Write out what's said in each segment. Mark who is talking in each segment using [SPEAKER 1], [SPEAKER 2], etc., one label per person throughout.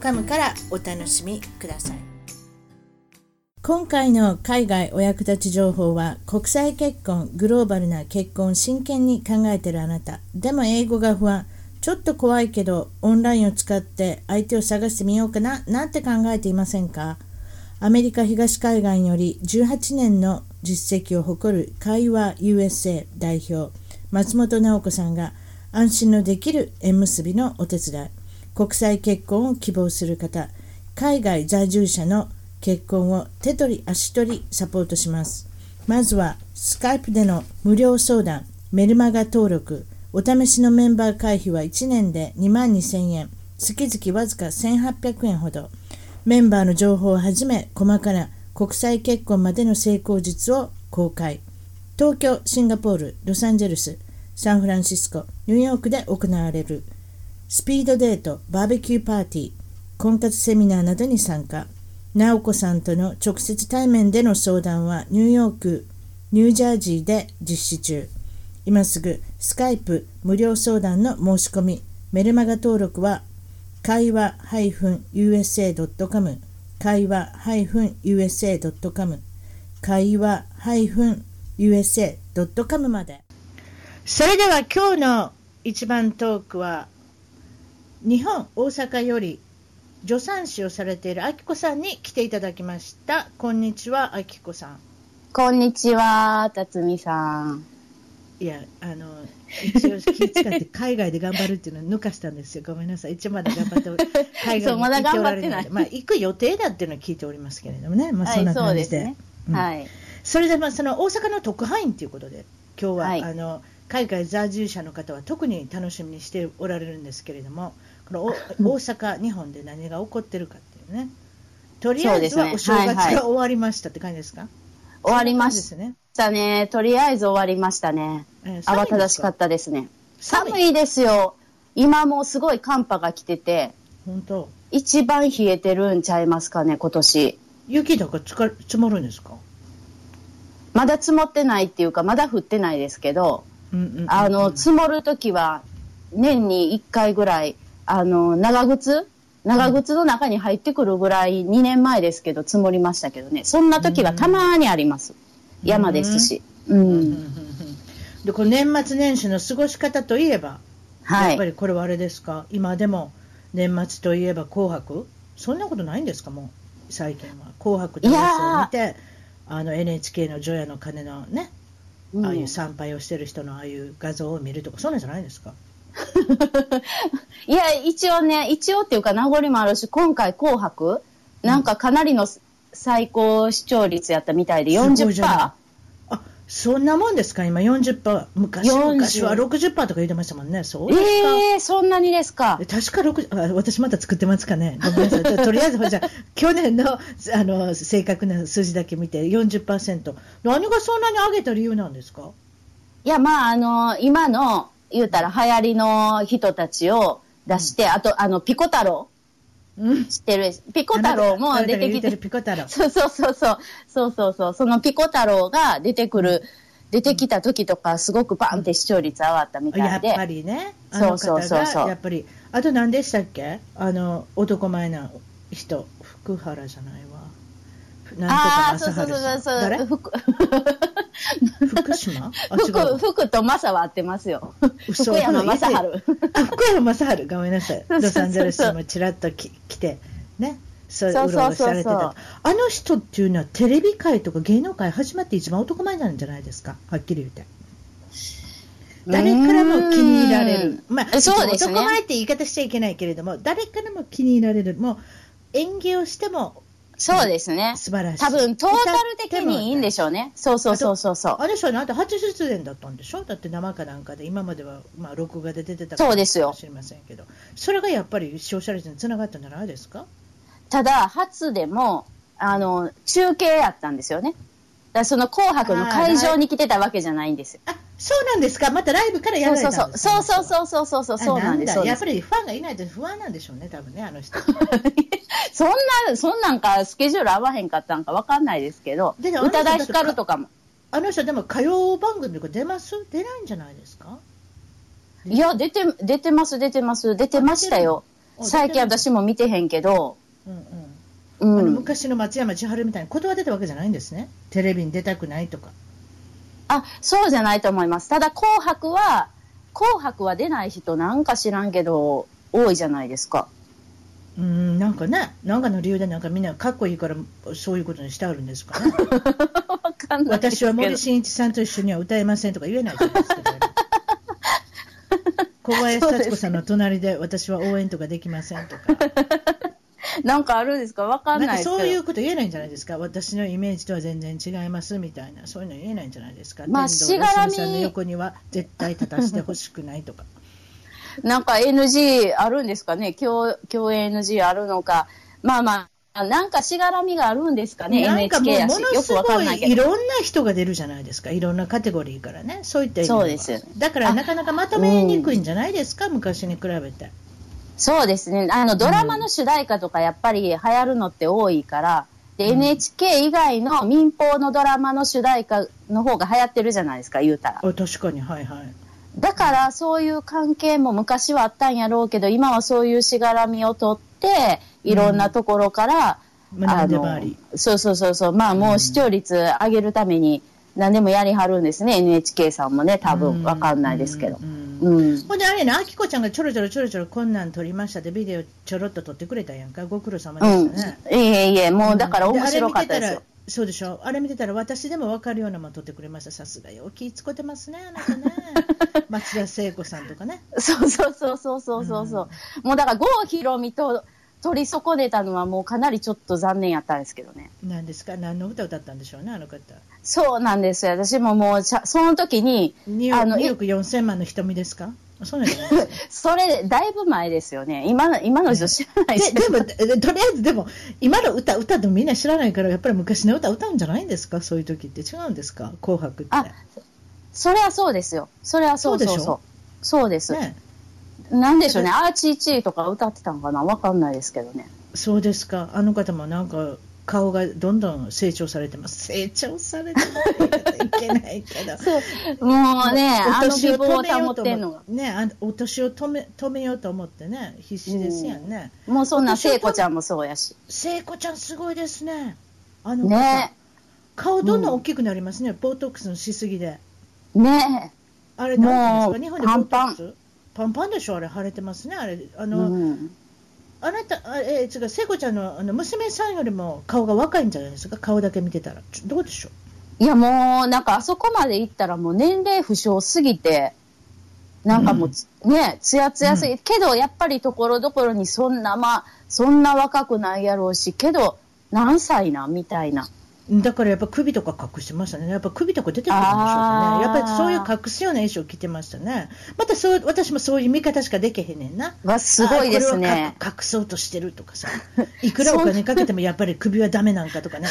[SPEAKER 1] .com からお楽しみください今回の海外お役立ち情報は国際結婚グローバルな結婚を真剣に考えてるあなたでも英語が不安ちょっと怖いけどオンラインを使って相手を探してみようかななんて考えていませんかアメリカ東海岸より18年の実績を誇る会話 USA 代表松本直子さんが安心のできる縁結びのお手伝い国際結婚を希望する方海外在住者の結婚を手取り足取りサポートしますまずはスカイプでの無料相談メルマガ登録お試しのメンバー会費は1年で2万2000円月々わずか1800円ほどメンバーの情報をはじめ細かな国際結婚までの成功術を公開東京シンガポールロサンゼルスサンフランシスコニューヨークで行われるスピードデートバーベキューパーティー婚活セミナーなどに参加直子さんとの直接対面での相談はニューヨークニュージャージーで実施中今すぐスカイプ無料相談の申し込みメルマガ登録は会話 -usa.com 会話 -usa.com 会話 -usa.com までそれでは今日の一番トークは日本大阪より助産師をされているあきこさんに来ていただきましたこんにちはあきこさん
[SPEAKER 2] こんにちは、辰巳さん。
[SPEAKER 1] いやあの一応気使って海外で頑張るっていうのを抜かしたんですよごめんなさい一応まだ頑張ってお 海外
[SPEAKER 2] そう
[SPEAKER 1] に
[SPEAKER 2] まだ
[SPEAKER 1] 行っておら
[SPEAKER 2] 頑
[SPEAKER 1] れ
[SPEAKER 2] 張っ
[SPEAKER 1] る
[SPEAKER 2] て
[SPEAKER 1] の
[SPEAKER 2] ない
[SPEAKER 1] でまあ行く予定だっていうのは聞いておりますけれどもねまあ
[SPEAKER 2] はい
[SPEAKER 1] そんな感
[SPEAKER 2] そうで
[SPEAKER 1] じ
[SPEAKER 2] す
[SPEAKER 1] で,、
[SPEAKER 2] ね
[SPEAKER 1] うん
[SPEAKER 2] はい。
[SPEAKER 1] それでまあその大阪の特派員ということで今日は、
[SPEAKER 2] はい
[SPEAKER 1] あの海外在住者の方は特に楽しみにしておられるんですけれどもこ のお大阪、日本で何が起こってるかっていうねとりあえずは
[SPEAKER 2] そ
[SPEAKER 1] お
[SPEAKER 2] うです
[SPEAKER 1] 正
[SPEAKER 2] ね
[SPEAKER 1] 月
[SPEAKER 2] はい
[SPEAKER 1] が
[SPEAKER 2] はい
[SPEAKER 1] 終わりましたって感じですか、
[SPEAKER 2] 終わりまし
[SPEAKER 1] そうですね、
[SPEAKER 2] たね。とりあえず終わりましたね。
[SPEAKER 1] えー
[SPEAKER 2] 慌ただしかったですね。
[SPEAKER 1] 寒いですか
[SPEAKER 2] 寒いですよ。今もうすごい寒波が来てて、
[SPEAKER 1] 本当
[SPEAKER 2] 一番冷えてるんちゃいますかね、今年。
[SPEAKER 1] 雪とかつか積もるんですか、
[SPEAKER 2] まだ積もってないっていうか、まだ降ってないですけど、
[SPEAKER 1] うんうんうん
[SPEAKER 2] あの、積もるときは、年に1回ぐらい、あの、長靴長靴の中に入ってくるぐらい、2年前ですけど、積もりましたけどね。そんな時がたまにあります。山ですし。う。
[SPEAKER 1] うんうんうんうんんでこの年末年始の過ごし方といえば、
[SPEAKER 2] は
[SPEAKER 1] やっぱ
[SPEAKER 2] い。
[SPEAKER 1] りこれはあれですか今でも年末といえば「紅白」そんなことないんですかもう最近は「紅白」のやつを見てあの NHK の「除夜の鐘」のねああいう参拝をしてる人のああいう画像を見るとかそんなんじゃないですか
[SPEAKER 2] いや、一応ね、一応っていうか名残もあるし、今回紅白、なんかかなりの最高視聴率やったみたいで
[SPEAKER 1] すごいじゃ
[SPEAKER 2] 40%
[SPEAKER 1] な。あそんなもんですか今40%昔
[SPEAKER 2] 40
[SPEAKER 1] 昔は60%とか言ってましたもんねそうですか、
[SPEAKER 2] ええー、そんなにですか
[SPEAKER 1] え。確か6あ私また作ってますかね、ごめんなさいととりあえず、 じゃあ去年のあの正確な数字だけ見て40%、何がそんなに上げた理由なんですか、
[SPEAKER 2] いや、まあ、あの、今の、言うたら流行りの人たちを出して、あと、あの、ピコ太郎
[SPEAKER 1] うん、
[SPEAKER 2] 知ってるピコ太郎も出てきて
[SPEAKER 1] る、ピコ太郎、
[SPEAKER 2] そうそうそうそう、そうそうそう、そのピコ太郎が出てくる、出てきた時とか、すごくバンって視聴率上がったみた
[SPEAKER 1] や
[SPEAKER 2] い
[SPEAKER 1] っ
[SPEAKER 2] で。
[SPEAKER 1] ぱりね、あ
[SPEAKER 2] そ
[SPEAKER 1] の
[SPEAKER 2] うそ
[SPEAKER 1] 方
[SPEAKER 2] うそうそう
[SPEAKER 1] がやっぱり、あと何でしたっけ、あの男前な人、福原じゃないわ、な
[SPEAKER 2] ああ、
[SPEAKER 1] ん
[SPEAKER 2] そ
[SPEAKER 1] と
[SPEAKER 2] う
[SPEAKER 1] か
[SPEAKER 2] そう
[SPEAKER 1] 正
[SPEAKER 2] そう
[SPEAKER 1] 治
[SPEAKER 2] そ
[SPEAKER 1] さん、
[SPEAKER 2] う。
[SPEAKER 1] 誰
[SPEAKER 2] 服、
[SPEAKER 1] 福島あ違う
[SPEAKER 2] 服、
[SPEAKER 1] わ
[SPEAKER 2] 服とマサは合ってますよ。
[SPEAKER 1] 嘘
[SPEAKER 2] 福山雅治。
[SPEAKER 1] あ福山雅治、ごめんなさい、
[SPEAKER 2] そうそうそうそ
[SPEAKER 1] ロ
[SPEAKER 2] う
[SPEAKER 1] サンゼルスにもちらっとき来て、ね、そう
[SPEAKER 2] そううそうそう
[SPEAKER 1] ろうろされてた、あの人っていうのは、テレビ界とか芸能界始まって一番男前なんじゃないですか、はっきり言って。誰からも気に入られる、
[SPEAKER 2] うん
[SPEAKER 1] まあ、
[SPEAKER 2] そうですね
[SPEAKER 1] 男前って言い方しちゃいけないけれども、誰からも気に入られる、もう演技をしても
[SPEAKER 2] そうですね。
[SPEAKER 1] 素晴らしい、
[SPEAKER 2] 多分、トータル的にいいんでしょうね。そうそうそうそうそう。
[SPEAKER 1] あれでしょなんて初出演だったんでしょだって生かなんかで今まではまあ録画で出てたか
[SPEAKER 2] そうですよ
[SPEAKER 1] もしれませんけどそれがやっぱり視聴者率につながったんじゃないですか
[SPEAKER 2] ただ、初でも、あの、中継やったんですよね。だからその紅白の会場に来てたわけじゃないんですよ。
[SPEAKER 1] あ、そうなんですか。またライブからや
[SPEAKER 2] そ
[SPEAKER 1] られ
[SPEAKER 2] うそ
[SPEAKER 1] た
[SPEAKER 2] うん
[SPEAKER 1] です
[SPEAKER 2] そう。
[SPEAKER 1] か
[SPEAKER 2] そうそうそうそうそうそう、そうなんです。
[SPEAKER 1] あ
[SPEAKER 2] そうで
[SPEAKER 1] やっ
[SPEAKER 2] す
[SPEAKER 1] ぱりファンがいないと不安なんでしょうね、多分ね、あの人。
[SPEAKER 2] そんな、そんなんかスケジュール合わへんかったんかわかんないですけど、
[SPEAKER 1] で
[SPEAKER 2] 宇
[SPEAKER 1] あの人
[SPEAKER 2] 多田ヒカルとかも。
[SPEAKER 1] あの人、でも歌謡番組とか出ます出ないんじゃないですか
[SPEAKER 2] いや、出て、出てます、出てます、出てましたよ。
[SPEAKER 1] あ
[SPEAKER 2] 最近、私も見てへんけど、
[SPEAKER 1] 出てない
[SPEAKER 2] う
[SPEAKER 1] うんうん、あの
[SPEAKER 2] ん。
[SPEAKER 1] 昔の松山千春みたいに断ってたわけじゃないんですね。テレビに出たくないとか。
[SPEAKER 2] あ、そうじゃないと思います。ただ、紅白は、紅白は出ない人なんか知らんけど、多いじゃないですか。
[SPEAKER 1] うん、なんかね、なんかの理由でなんかみんなかっこいいからそういうことにしてあるんです かね。
[SPEAKER 2] わかんないですけ
[SPEAKER 1] 私
[SPEAKER 2] ど
[SPEAKER 1] は森進一さんと一緒には歌えませんとか言えないじゃないですか。 小林幸子さんの隣で私は応援とかできませんとか。
[SPEAKER 2] なんかあるんですかわかん
[SPEAKER 1] な
[SPEAKER 2] なん
[SPEAKER 1] か
[SPEAKER 2] いですけど。
[SPEAKER 1] そういうこと言えないんじゃないですか、私のイメージとは全然違いますみたいな、そういうの言えないんじゃないですか、
[SPEAKER 2] まあ
[SPEAKER 1] 天童よ
[SPEAKER 2] しが
[SPEAKER 1] しみ
[SPEAKER 2] らみ
[SPEAKER 1] さんの横には絶対立たせてほしくないとか、
[SPEAKER 2] なんか NG あるんですかね共共演 NG あるのか。まあまあ、なんかしがらみがあるんですかね、
[SPEAKER 1] なんかも
[SPEAKER 2] NHK
[SPEAKER 1] う、
[SPEAKER 2] や
[SPEAKER 1] も
[SPEAKER 2] し。
[SPEAKER 1] の
[SPEAKER 2] よ
[SPEAKER 1] す
[SPEAKER 2] くわか
[SPEAKER 1] ご
[SPEAKER 2] んない
[SPEAKER 1] い
[SPEAKER 2] け
[SPEAKER 1] い
[SPEAKER 2] ど。
[SPEAKER 1] ろんな人が出るじゃないですか、いろんなカテゴリーからね、そういった意味では
[SPEAKER 2] そうですよね
[SPEAKER 1] だからなかなかまとめにくいんじゃないですか、昔に比べて。
[SPEAKER 2] そうですね。あの、ドラマの主題歌とかやっぱり流行るのって多いから、で、NHK 以外の民放のドラマの主題歌の方が流行ってるじゃないですか、言うたら。
[SPEAKER 1] あ確かに、はいはい。
[SPEAKER 2] だから、そういう関係も昔はあったんやろうけど、今はそういうしがらみを取って、いろんなところから、
[SPEAKER 1] まあ何でもあり。
[SPEAKER 2] そうそうそうそう、まあもう視聴率上げるために何でもやりはるんですね、NHK さんもね、多分わかんないですけど
[SPEAKER 1] う。ん
[SPEAKER 2] うん。
[SPEAKER 1] ほんであれやな、あきこちゃんがちょろちょろちょろちょろこんなん撮りましたってビデオちょろっと撮ってくれたやんか、ご苦労様
[SPEAKER 2] う
[SPEAKER 1] で
[SPEAKER 2] ん。
[SPEAKER 1] したね。
[SPEAKER 2] いえいえ、もうだから面白かったです
[SPEAKER 1] あれ
[SPEAKER 2] よ
[SPEAKER 1] 見て。らそうでしょあれ見てたら私でも分かるようなもの撮ってくれましたさすがよ気ぃ使ってますねあなた ね松田聖子さんとかね
[SPEAKER 2] そうそうそうそうそうそうそう。もうだから、郷ひろみと取り損ねたのはもうかなりちょっと残念やったんですけどね。
[SPEAKER 1] 何ですか何の歌歌ったんでしょうねあの方
[SPEAKER 2] そうなんですよ。私ももうちゃ、その時に、
[SPEAKER 1] 2
[SPEAKER 2] あの、
[SPEAKER 1] 億
[SPEAKER 2] い
[SPEAKER 1] 2億4000万の瞳ですかそうなんじゃない で
[SPEAKER 2] それ、だいぶ前ですよね。今の、今の人知らないですす
[SPEAKER 1] か
[SPEAKER 2] よ。
[SPEAKER 1] ででもでとりあえずでも今の歌歌ってもみんな知らないからやっぱり昔の歌歌うんじゃないんですかそういう時って違うんですか紅白って
[SPEAKER 2] あそれはそうですよ。それはそうそう
[SPEAKER 1] そうでしょ
[SPEAKER 2] そう。そうです。
[SPEAKER 1] ね
[SPEAKER 2] なんでしょうね。アーチーチーとか歌ってたんかなわかんないですけどね。
[SPEAKER 1] そうですか、あの方もなんか顔がどんどん成長されてます、成長されて ないといけないけど、
[SPEAKER 2] もうね、あ
[SPEAKER 1] お
[SPEAKER 2] の
[SPEAKER 1] 年
[SPEAKER 2] 美
[SPEAKER 1] を止め
[SPEAKER 2] 貌を
[SPEAKER 1] よ
[SPEAKER 2] 保
[SPEAKER 1] うと
[SPEAKER 2] ってんの
[SPEAKER 1] 思
[SPEAKER 2] が
[SPEAKER 1] っ。て、ね、あのお年を止め止めようと思ってね、必死ですやんね、
[SPEAKER 2] もうそんな聖子ちゃんもそうやし。
[SPEAKER 1] 聖子ちゃん、すごいですね、あの方、
[SPEAKER 2] ね
[SPEAKER 1] 顔、どんどん大きくなりますね、ボトックスのしすぎで、
[SPEAKER 2] ね
[SPEAKER 1] あれ、なんていうんですか、日本
[SPEAKER 2] もう
[SPEAKER 1] でボトックスパンパンでしょ、あれ、腫れてますね、あれ、あ
[SPEAKER 2] う
[SPEAKER 1] の、
[SPEAKER 2] ん。
[SPEAKER 1] あなた、あえー、違う、聖子ちゃんのあの娘さんよりも顔が若いんじゃないですか、顔だけ見てたら、ちょどうでしょう。
[SPEAKER 2] いやもう、なんかあそこまで行ったらもう年齢不詳すぎて、なんかもうつ、ね、つやつやすぎ、けどやっぱりところどころにそんな、まあ、そんな若くないやろうし、けど、何歳なんみたいな。
[SPEAKER 1] だからやっぱ首とか隠してましたね、やっぱ首とか出てくるんでしょうか
[SPEAKER 2] あ
[SPEAKER 1] ね、
[SPEAKER 2] ー
[SPEAKER 1] やっぱりそういう隠すような衣装着てましたね、またそう私もそういう見方しかできへんねんな、
[SPEAKER 2] わ、すごいです
[SPEAKER 1] あ
[SPEAKER 2] ね
[SPEAKER 1] こ。れを隠隠そうとしてるとかさ、いくらお金かけてもやっぱり首はダメなんか とかね、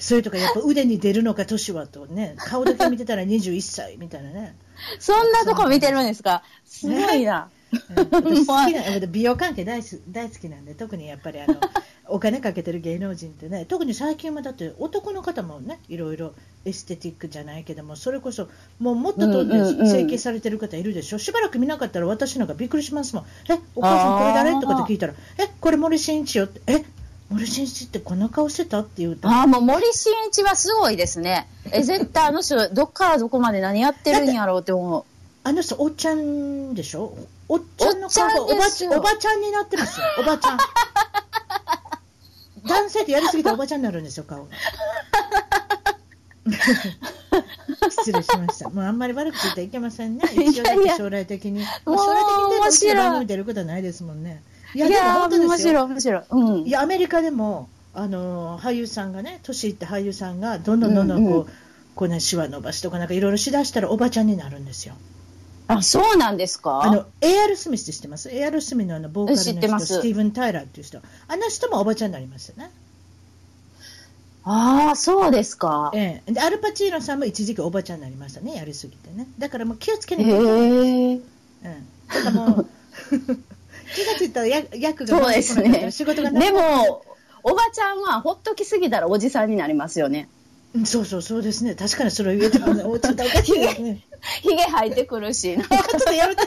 [SPEAKER 1] それとかやっぱ腕に出るのか、年はとね、顔だけ見てたら21歳みたいなね、
[SPEAKER 2] そんなとこ見てるんですかすごいな。
[SPEAKER 1] うん私好きな美容関係大す大好きなんで、特にやっぱりあ のお金かけてる芸能人ってね、特に最近はだって男の方もね、いろいろエステティックじゃないけども、それこそもうもっとと
[SPEAKER 2] うんうんうん
[SPEAKER 1] 整形されてる方いるでしょ、しばらく見なかったら私なんかびっくりしますもん、えお母さん、これ
[SPEAKER 2] あ
[SPEAKER 1] 誰
[SPEAKER 2] ー
[SPEAKER 1] とかって聞いたら、えこれ森進一よって、え森進一ってこんな顔してたって言うと。
[SPEAKER 2] ああ、もう森進一はすごいですね。え、絶対あの人、 どっからどこまで何やってるんやろうって思う。
[SPEAKER 1] あの人、おっちゃんでしょおっちゃんの顔が
[SPEAKER 2] お
[SPEAKER 1] お
[SPEAKER 2] っ
[SPEAKER 1] ば
[SPEAKER 2] ちゃ
[SPEAKER 1] ちゃ
[SPEAKER 2] んですよ
[SPEAKER 1] んおばちゃんになってます よ、おばちゃん。男性ってやりすぎておばちゃんになるんですよ、顔が。 失礼しました。もうあんまり悪く言ってはいけませんね。
[SPEAKER 2] いやい
[SPEAKER 1] 一
[SPEAKER 2] や
[SPEAKER 1] 応だって将来的に。まあ将来的に
[SPEAKER 2] もう
[SPEAKER 1] ね、
[SPEAKER 2] 面
[SPEAKER 1] うち
[SPEAKER 2] 白い
[SPEAKER 1] の番組出ることはないですもんね。い
[SPEAKER 2] い
[SPEAKER 1] や、でも
[SPEAKER 2] や
[SPEAKER 1] 本当
[SPEAKER 2] ー、面
[SPEAKER 1] ですよ。
[SPEAKER 2] 白い、面白い。うん
[SPEAKER 1] い。やアメリカでも、あのー俳優さんがね、年いった俳優さんが、どんどんどんどんこう、
[SPEAKER 2] うんうん
[SPEAKER 1] こうね、シワ伸ばしとかなんかいろいろしだしたらおばちゃんになるんですよ。
[SPEAKER 2] あ、そうなんです
[SPEAKER 1] あ
[SPEAKER 2] か
[SPEAKER 1] の、AR スミスって知ってますエアルスミスのあのボーカルの
[SPEAKER 2] 知って
[SPEAKER 1] 人、
[SPEAKER 2] ます
[SPEAKER 1] スティーブン・タイラーっていう人。あの人もおばちゃんになりましたね。
[SPEAKER 2] ああ、そうですか。
[SPEAKER 1] ええ。で、アルパチーノさんも一時期おばちゃんになりましたね、やりすぎてね。だからもう気をつけ
[SPEAKER 2] へ
[SPEAKER 1] なきゃいけない。
[SPEAKER 2] え。
[SPEAKER 1] うん。だからもう、 気がついたらや役が
[SPEAKER 2] そう
[SPEAKER 1] 回
[SPEAKER 2] で
[SPEAKER 1] って
[SPEAKER 2] す
[SPEAKER 1] こなかったら
[SPEAKER 2] ね。
[SPEAKER 1] 仕事がなくなる
[SPEAKER 2] でも、おばちゃんはほっときすぎたらおじさんになりますよね。
[SPEAKER 1] うんそうそう、そうですね。確かにそれを言えてもね、おちょっとおかしいですね。
[SPEAKER 2] ひげ生えてくるし、
[SPEAKER 1] あちょっとやめて。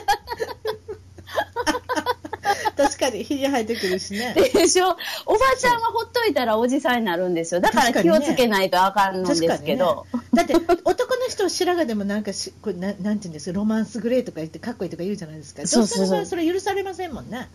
[SPEAKER 1] 確かに、ひげ生えてくるしね。
[SPEAKER 2] でしょおばちゃんはほっといたらおじさんになるんですよ。だから気をつけないとあかんのですけど。
[SPEAKER 1] だって、男の人を白髪でもなんかし、これななんていうんですか、ロマンスグレーとか言って、かっこいいとか言うじゃないですか。
[SPEAKER 2] そうそうそ
[SPEAKER 1] 女性の場
[SPEAKER 2] う
[SPEAKER 1] 合はそれ許されませんもんね。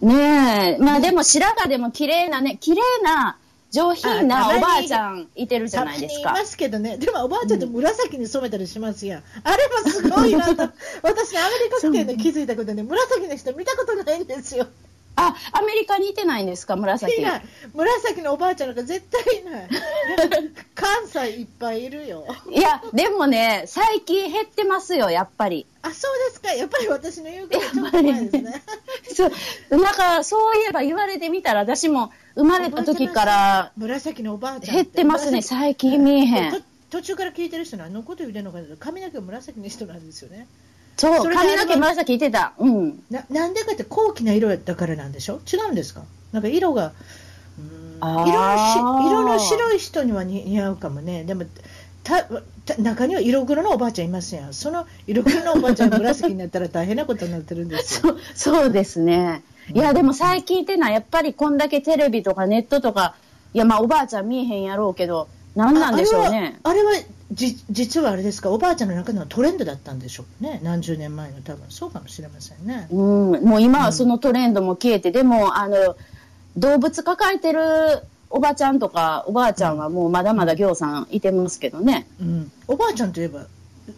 [SPEAKER 2] ねえ。まあでも白髪でも綺麗なね、綺麗な、上品
[SPEAKER 1] あた
[SPEAKER 2] な
[SPEAKER 1] まに
[SPEAKER 2] おばあちゃんいてるじゃないで
[SPEAKER 1] た
[SPEAKER 2] すか
[SPEAKER 1] まにい。ますけどね。でも、おばあちゃんでも紫に染めたりしますやん。あれもすごいなと。私、アメリカ来てね、気づいたことね、紫の人見たことないんですよ。
[SPEAKER 2] あ、アメリカにいてないんですか紫。
[SPEAKER 1] いない。紫のおばあちゃんなんか絶対いない。関西いっぱいいるよ。
[SPEAKER 2] いや、でもね、最近減ってますよ、やっぱり。
[SPEAKER 1] あ、そうですか。やっぱり私の言うことちょっと前ですね。
[SPEAKER 2] そう、なんか、そういえば言われてみたら、私も生まれた時から
[SPEAKER 1] 紫のおばあちゃん。
[SPEAKER 2] 減ってますね、最近見えへ
[SPEAKER 1] と
[SPEAKER 2] ん。
[SPEAKER 1] 途中から聞いてる人何のこと言うてんのかな髪の毛が紫の人なんですよね
[SPEAKER 2] そう、
[SPEAKER 1] それで
[SPEAKER 2] 髪の毛紫いてた。うん。
[SPEAKER 1] ななんでかって高貴な色だからなんでしょ違うんですかなんか色がうーん
[SPEAKER 2] あー
[SPEAKER 1] 色のし色の白い人には似似合うかもねでもたた中には色黒のおばあちゃんいますやんその色黒のおばあちゃんが紫になったら 大変なことになってるんですよ
[SPEAKER 2] そうそうですね。いや、でも最近ってのは、やっぱりこんだけテレビとかネットとか、いや、まあ、おばあちゃん見えへんやろうけど、なんなんでしょうね。
[SPEAKER 1] ああれはあれはじ実はあれですかおばあちゃんの中のトレンドだったんでしょうね何十年前の多分そうかもしれませんね
[SPEAKER 2] うん、もう今はそのトレンドも消えて、でも、あの、動物抱えてるおばちゃんとか、おばあちゃんはもうまだまだぎょうさんいてますけどね。
[SPEAKER 1] うん、おばあちゃんといえば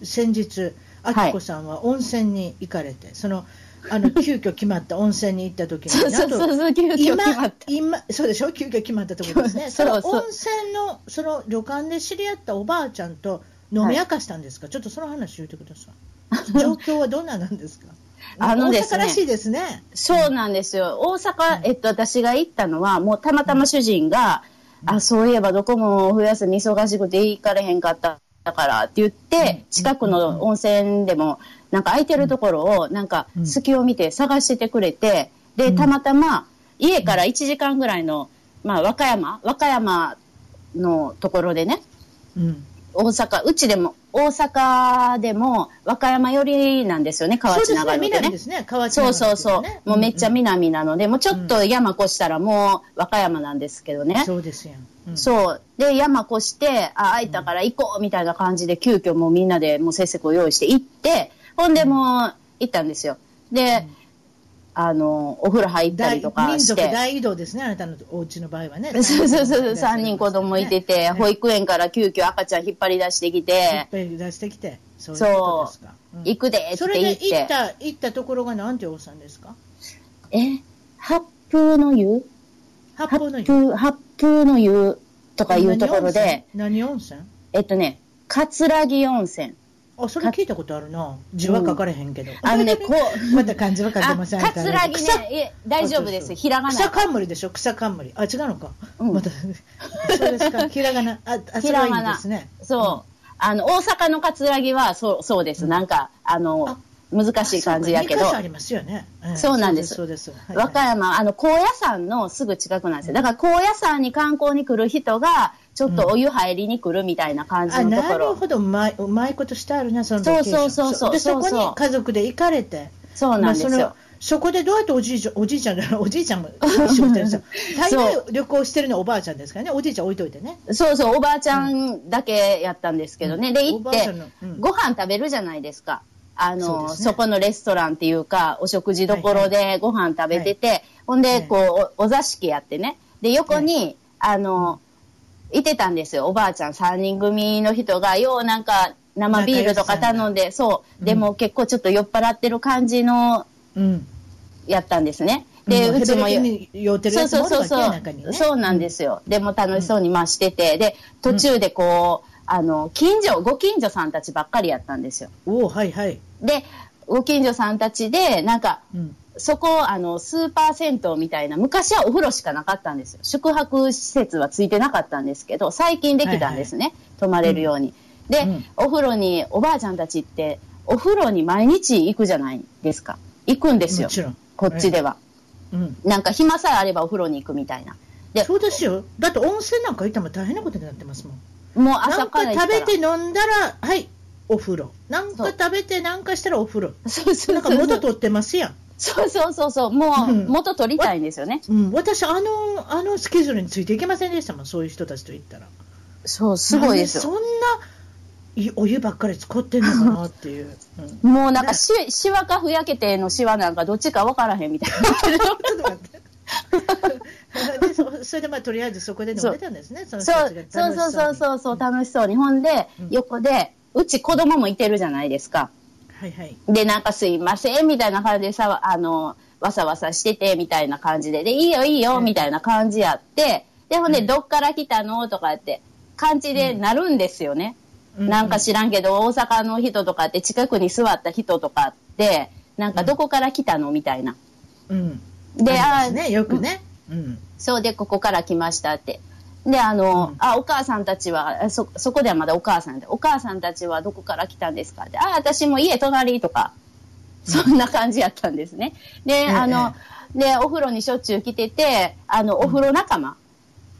[SPEAKER 1] 先日、あ
[SPEAKER 2] はい
[SPEAKER 1] きこさんは温泉に行かれて、そのあ の急遽決まった温泉に行った時
[SPEAKER 2] そう
[SPEAKER 1] に、
[SPEAKER 2] そうそうそう、急遽決
[SPEAKER 1] 今
[SPEAKER 2] まった。
[SPEAKER 1] 今そうでしょ、急遽決まったところですね、
[SPEAKER 2] そ
[SPEAKER 1] そう
[SPEAKER 2] そ
[SPEAKER 1] の
[SPEAKER 2] う
[SPEAKER 1] 温泉のその旅館で知り合ったおばあちゃんと飲み明かしたんですか、ちょっとその話、言ってください、状況はどんななんですか、
[SPEAKER 2] あのです
[SPEAKER 1] 大阪
[SPEAKER 2] ね
[SPEAKER 1] らしいですね、
[SPEAKER 2] そうなんですよ。大阪、えっと、私が行ったのは、もうたまたま主人が、あ、そういえばどこも冬休み忙しくて行かれへんかったからって言って、近くの温泉でも、なんか空いてるところを、なんか
[SPEAKER 1] うん
[SPEAKER 2] 隙を見て探しててくれて、で、たまたま、家から1時間ぐらいの、まあ、和歌山、和歌山のところでね、
[SPEAKER 1] うん、
[SPEAKER 2] 大阪、うちでも、大阪でも、和歌山寄りなんですよね、河
[SPEAKER 1] そう
[SPEAKER 2] 内
[SPEAKER 1] です
[SPEAKER 2] 長
[SPEAKER 1] ね、
[SPEAKER 2] 野で
[SPEAKER 1] 南
[SPEAKER 2] ね
[SPEAKER 1] で。すね、河内
[SPEAKER 2] そう
[SPEAKER 1] 長野
[SPEAKER 2] そうそう
[SPEAKER 1] っていね。
[SPEAKER 2] もうめっちゃ、南なので、もうちょっと山越したらもう和歌山なんですけど
[SPEAKER 1] うんう
[SPEAKER 2] ね
[SPEAKER 1] ん。そうですやん、うん
[SPEAKER 2] そう。で、山越して、あ、空いたから行こうみたいな感じで、急遽もうみんなでもうせっせこ用意して行って、ほんでもう行ったんですよ。で、あの、お風呂入ったり
[SPEAKER 1] 大
[SPEAKER 2] とか
[SPEAKER 1] 民
[SPEAKER 2] し
[SPEAKER 1] 族
[SPEAKER 2] て。
[SPEAKER 1] 大移動ですね、あなたのお家の場合はね。
[SPEAKER 2] そうそうそう、3人子供いてて、保
[SPEAKER 1] 育
[SPEAKER 2] 育園から急遽赤ちゃん引っ張り出してき、
[SPEAKER 1] いって出してきて、そういうことですか。うん
[SPEAKER 2] 行くでって
[SPEAKER 1] それで
[SPEAKER 2] 言っ。
[SPEAKER 1] 行ってた行ったところがなんてお産ですか。
[SPEAKER 2] え、八風の湯
[SPEAKER 1] 八
[SPEAKER 2] 八
[SPEAKER 1] 方の湯
[SPEAKER 2] 風、八風の湯とかいうところで、。
[SPEAKER 1] 何温泉？何温泉
[SPEAKER 2] えっとね、葛城温泉。
[SPEAKER 1] あ、それ聞いたことあるな。字は書かれへんけど。
[SPEAKER 2] あのね、こう、
[SPEAKER 1] また漢字は書いて
[SPEAKER 2] あ、
[SPEAKER 1] ません。
[SPEAKER 2] 葛
[SPEAKER 1] 草
[SPEAKER 2] 城ね、いえ、大丈夫で
[SPEAKER 1] あそう
[SPEAKER 2] す。
[SPEAKER 1] そう
[SPEAKER 2] ひらが
[SPEAKER 1] 草
[SPEAKER 2] な。
[SPEAKER 1] 冠でしょ。草冠。あ、違うのか。
[SPEAKER 2] うん
[SPEAKER 1] また そうです か。ひらがな。あ、あ、それはいいですね。
[SPEAKER 2] そう。あの、大阪の葛城は、そう、そうです。なんか、あの
[SPEAKER 1] あ、
[SPEAKER 2] 難しい感じやけど
[SPEAKER 1] そうか二箇、所ありますよね。ええ
[SPEAKER 2] そうなんです
[SPEAKER 1] そうです。そうですはい
[SPEAKER 2] 和歌山、あの、高野山のすぐ近くなんですよ。だから、高野山に観光に来る人が、ちょっとお湯入りに来るみたいな感じ
[SPEAKER 1] あ
[SPEAKER 2] のと
[SPEAKER 1] な
[SPEAKER 2] こ
[SPEAKER 1] る
[SPEAKER 2] ろ。
[SPEAKER 1] ほどうまいうまいことしてあるなそのロケーション
[SPEAKER 2] そうそうそうそう
[SPEAKER 1] で
[SPEAKER 2] そ
[SPEAKER 1] そうこ
[SPEAKER 2] そう
[SPEAKER 1] に家族で行かれて
[SPEAKER 2] そうなんですよ。
[SPEAKER 1] まあそのそこでどうやっておじいちゃんおじいちゃんがおじいちゃんも一緒にしてるんですよ大
[SPEAKER 2] そ
[SPEAKER 1] 概旅行してるのはおばあちゃんですからねおじいちゃん置いといてね
[SPEAKER 2] そうそう、おばあちゃんだけやったんですけどね。
[SPEAKER 1] うん
[SPEAKER 2] で、行
[SPEAKER 1] お
[SPEAKER 2] っ
[SPEAKER 1] ばあち
[SPEAKER 2] て
[SPEAKER 1] ゃんのうん、
[SPEAKER 2] ご飯食べるじゃないですか。あ
[SPEAKER 1] そう
[SPEAKER 2] の、
[SPEAKER 1] で
[SPEAKER 2] そ
[SPEAKER 1] すね
[SPEAKER 2] このレストランっていうか、お食事どころでご飯食べてて、ほんで、
[SPEAKER 1] ね
[SPEAKER 2] こう、おお座敷やってね。で、横に、あの、いてたんですよ。おばあちゃん3人組の人が、ようなんか、生ビールとか頼んで、そう。でも結構ちょっと酔っ払ってる感じの、
[SPEAKER 1] うん
[SPEAKER 2] やったんですね。で、うちも、
[SPEAKER 1] 寄ってる
[SPEAKER 2] そ
[SPEAKER 1] や
[SPEAKER 2] う
[SPEAKER 1] つも
[SPEAKER 2] そう
[SPEAKER 1] おる
[SPEAKER 2] そ
[SPEAKER 1] わ
[SPEAKER 2] う
[SPEAKER 1] け
[SPEAKER 2] そ
[SPEAKER 1] 中にね
[SPEAKER 2] う。そうなんですよ。でも楽しそうにまあしてて、で、途中でこう、あの、近所、ご近所さんたちばっかりやったんですよ。
[SPEAKER 1] おおはいはい
[SPEAKER 2] で、ご近所さんたちで、なんか、
[SPEAKER 1] うん
[SPEAKER 2] そこ、あの、スーパー銭湯みたいな、昔はお風呂しかなかったんですよ。宿泊施設はついてなかったんですけど、最近できたんですね。泊まれるように。で、
[SPEAKER 1] うん
[SPEAKER 2] お風呂に、おばあちゃんたちって、お風呂に毎日行くじゃないですか。行くんですよ
[SPEAKER 1] も。ちろん。
[SPEAKER 2] こっちでは。
[SPEAKER 1] うん、
[SPEAKER 2] なんか暇さえあればお風呂に行くみたいな。で
[SPEAKER 1] そうですよ。だって温泉なんか行ったら大変なことになってますもん。
[SPEAKER 2] もう
[SPEAKER 1] な
[SPEAKER 2] 朝
[SPEAKER 1] ん
[SPEAKER 2] か
[SPEAKER 1] から
[SPEAKER 2] 行
[SPEAKER 1] 食
[SPEAKER 2] ったら
[SPEAKER 1] べて飲んだら、はい、お風呂。なんか食べてなんかしたらお風呂。
[SPEAKER 2] そうそう
[SPEAKER 1] なん
[SPEAKER 2] そ
[SPEAKER 1] か
[SPEAKER 2] う
[SPEAKER 1] 元取ってます やん。
[SPEAKER 2] そうそうそうそう。も
[SPEAKER 1] う
[SPEAKER 2] う、
[SPEAKER 1] ん
[SPEAKER 2] 元取りたいんですよね。
[SPEAKER 1] うん、私あの、あのスケジュールについていけませんでしたもん、そういう人たちと行ったら。
[SPEAKER 2] そう、すごいです
[SPEAKER 1] なん
[SPEAKER 2] よ。
[SPEAKER 1] そんないお湯ばっかり使ってんのかなっていう。 うん
[SPEAKER 2] もうなんかし、しわかふやけてのしわなんかどっちかわからへんみたいな。
[SPEAKER 1] ちょっと待って。でそそれでまあとりあえずそこで飲んでたんですね、その人
[SPEAKER 2] そ
[SPEAKER 1] た
[SPEAKER 2] う
[SPEAKER 1] ちが楽し
[SPEAKER 2] そうそうそうそうそう、楽しそうに。ほんで
[SPEAKER 1] うん、
[SPEAKER 2] 横で、うち子供もいてるじゃないですか。
[SPEAKER 1] はいはい。
[SPEAKER 2] で、なんかすいません、みたいな感じでさ、あの、わさわさしてて、みたいな感じで、で、いいよいいうよ、
[SPEAKER 1] ん
[SPEAKER 2] みたいな感じやって、で、ほんで、
[SPEAKER 1] うん
[SPEAKER 2] どっから来たのとかって、感じでなるんですよね。
[SPEAKER 1] う
[SPEAKER 2] なんか知らんけど、大阪の人とかって、近くに座った人とかって、なんかどこから来たのみたいな。
[SPEAKER 1] うん。
[SPEAKER 2] で、
[SPEAKER 1] あ
[SPEAKER 2] あ
[SPEAKER 1] ります
[SPEAKER 2] ー
[SPEAKER 1] ね、よくね。うん。
[SPEAKER 2] そうで、ここから来ましたって。で、あの、
[SPEAKER 1] うん
[SPEAKER 2] あ、お母さんたちは、あそ、そこではまだお母さんで、お母さんたちはどこから来たんですかって、あ、私も家隣とか、そんな感じやったんですね。で、
[SPEAKER 1] え
[SPEAKER 2] あの、で、お風呂にしょっちゅう来てて、あの、お風呂仲間、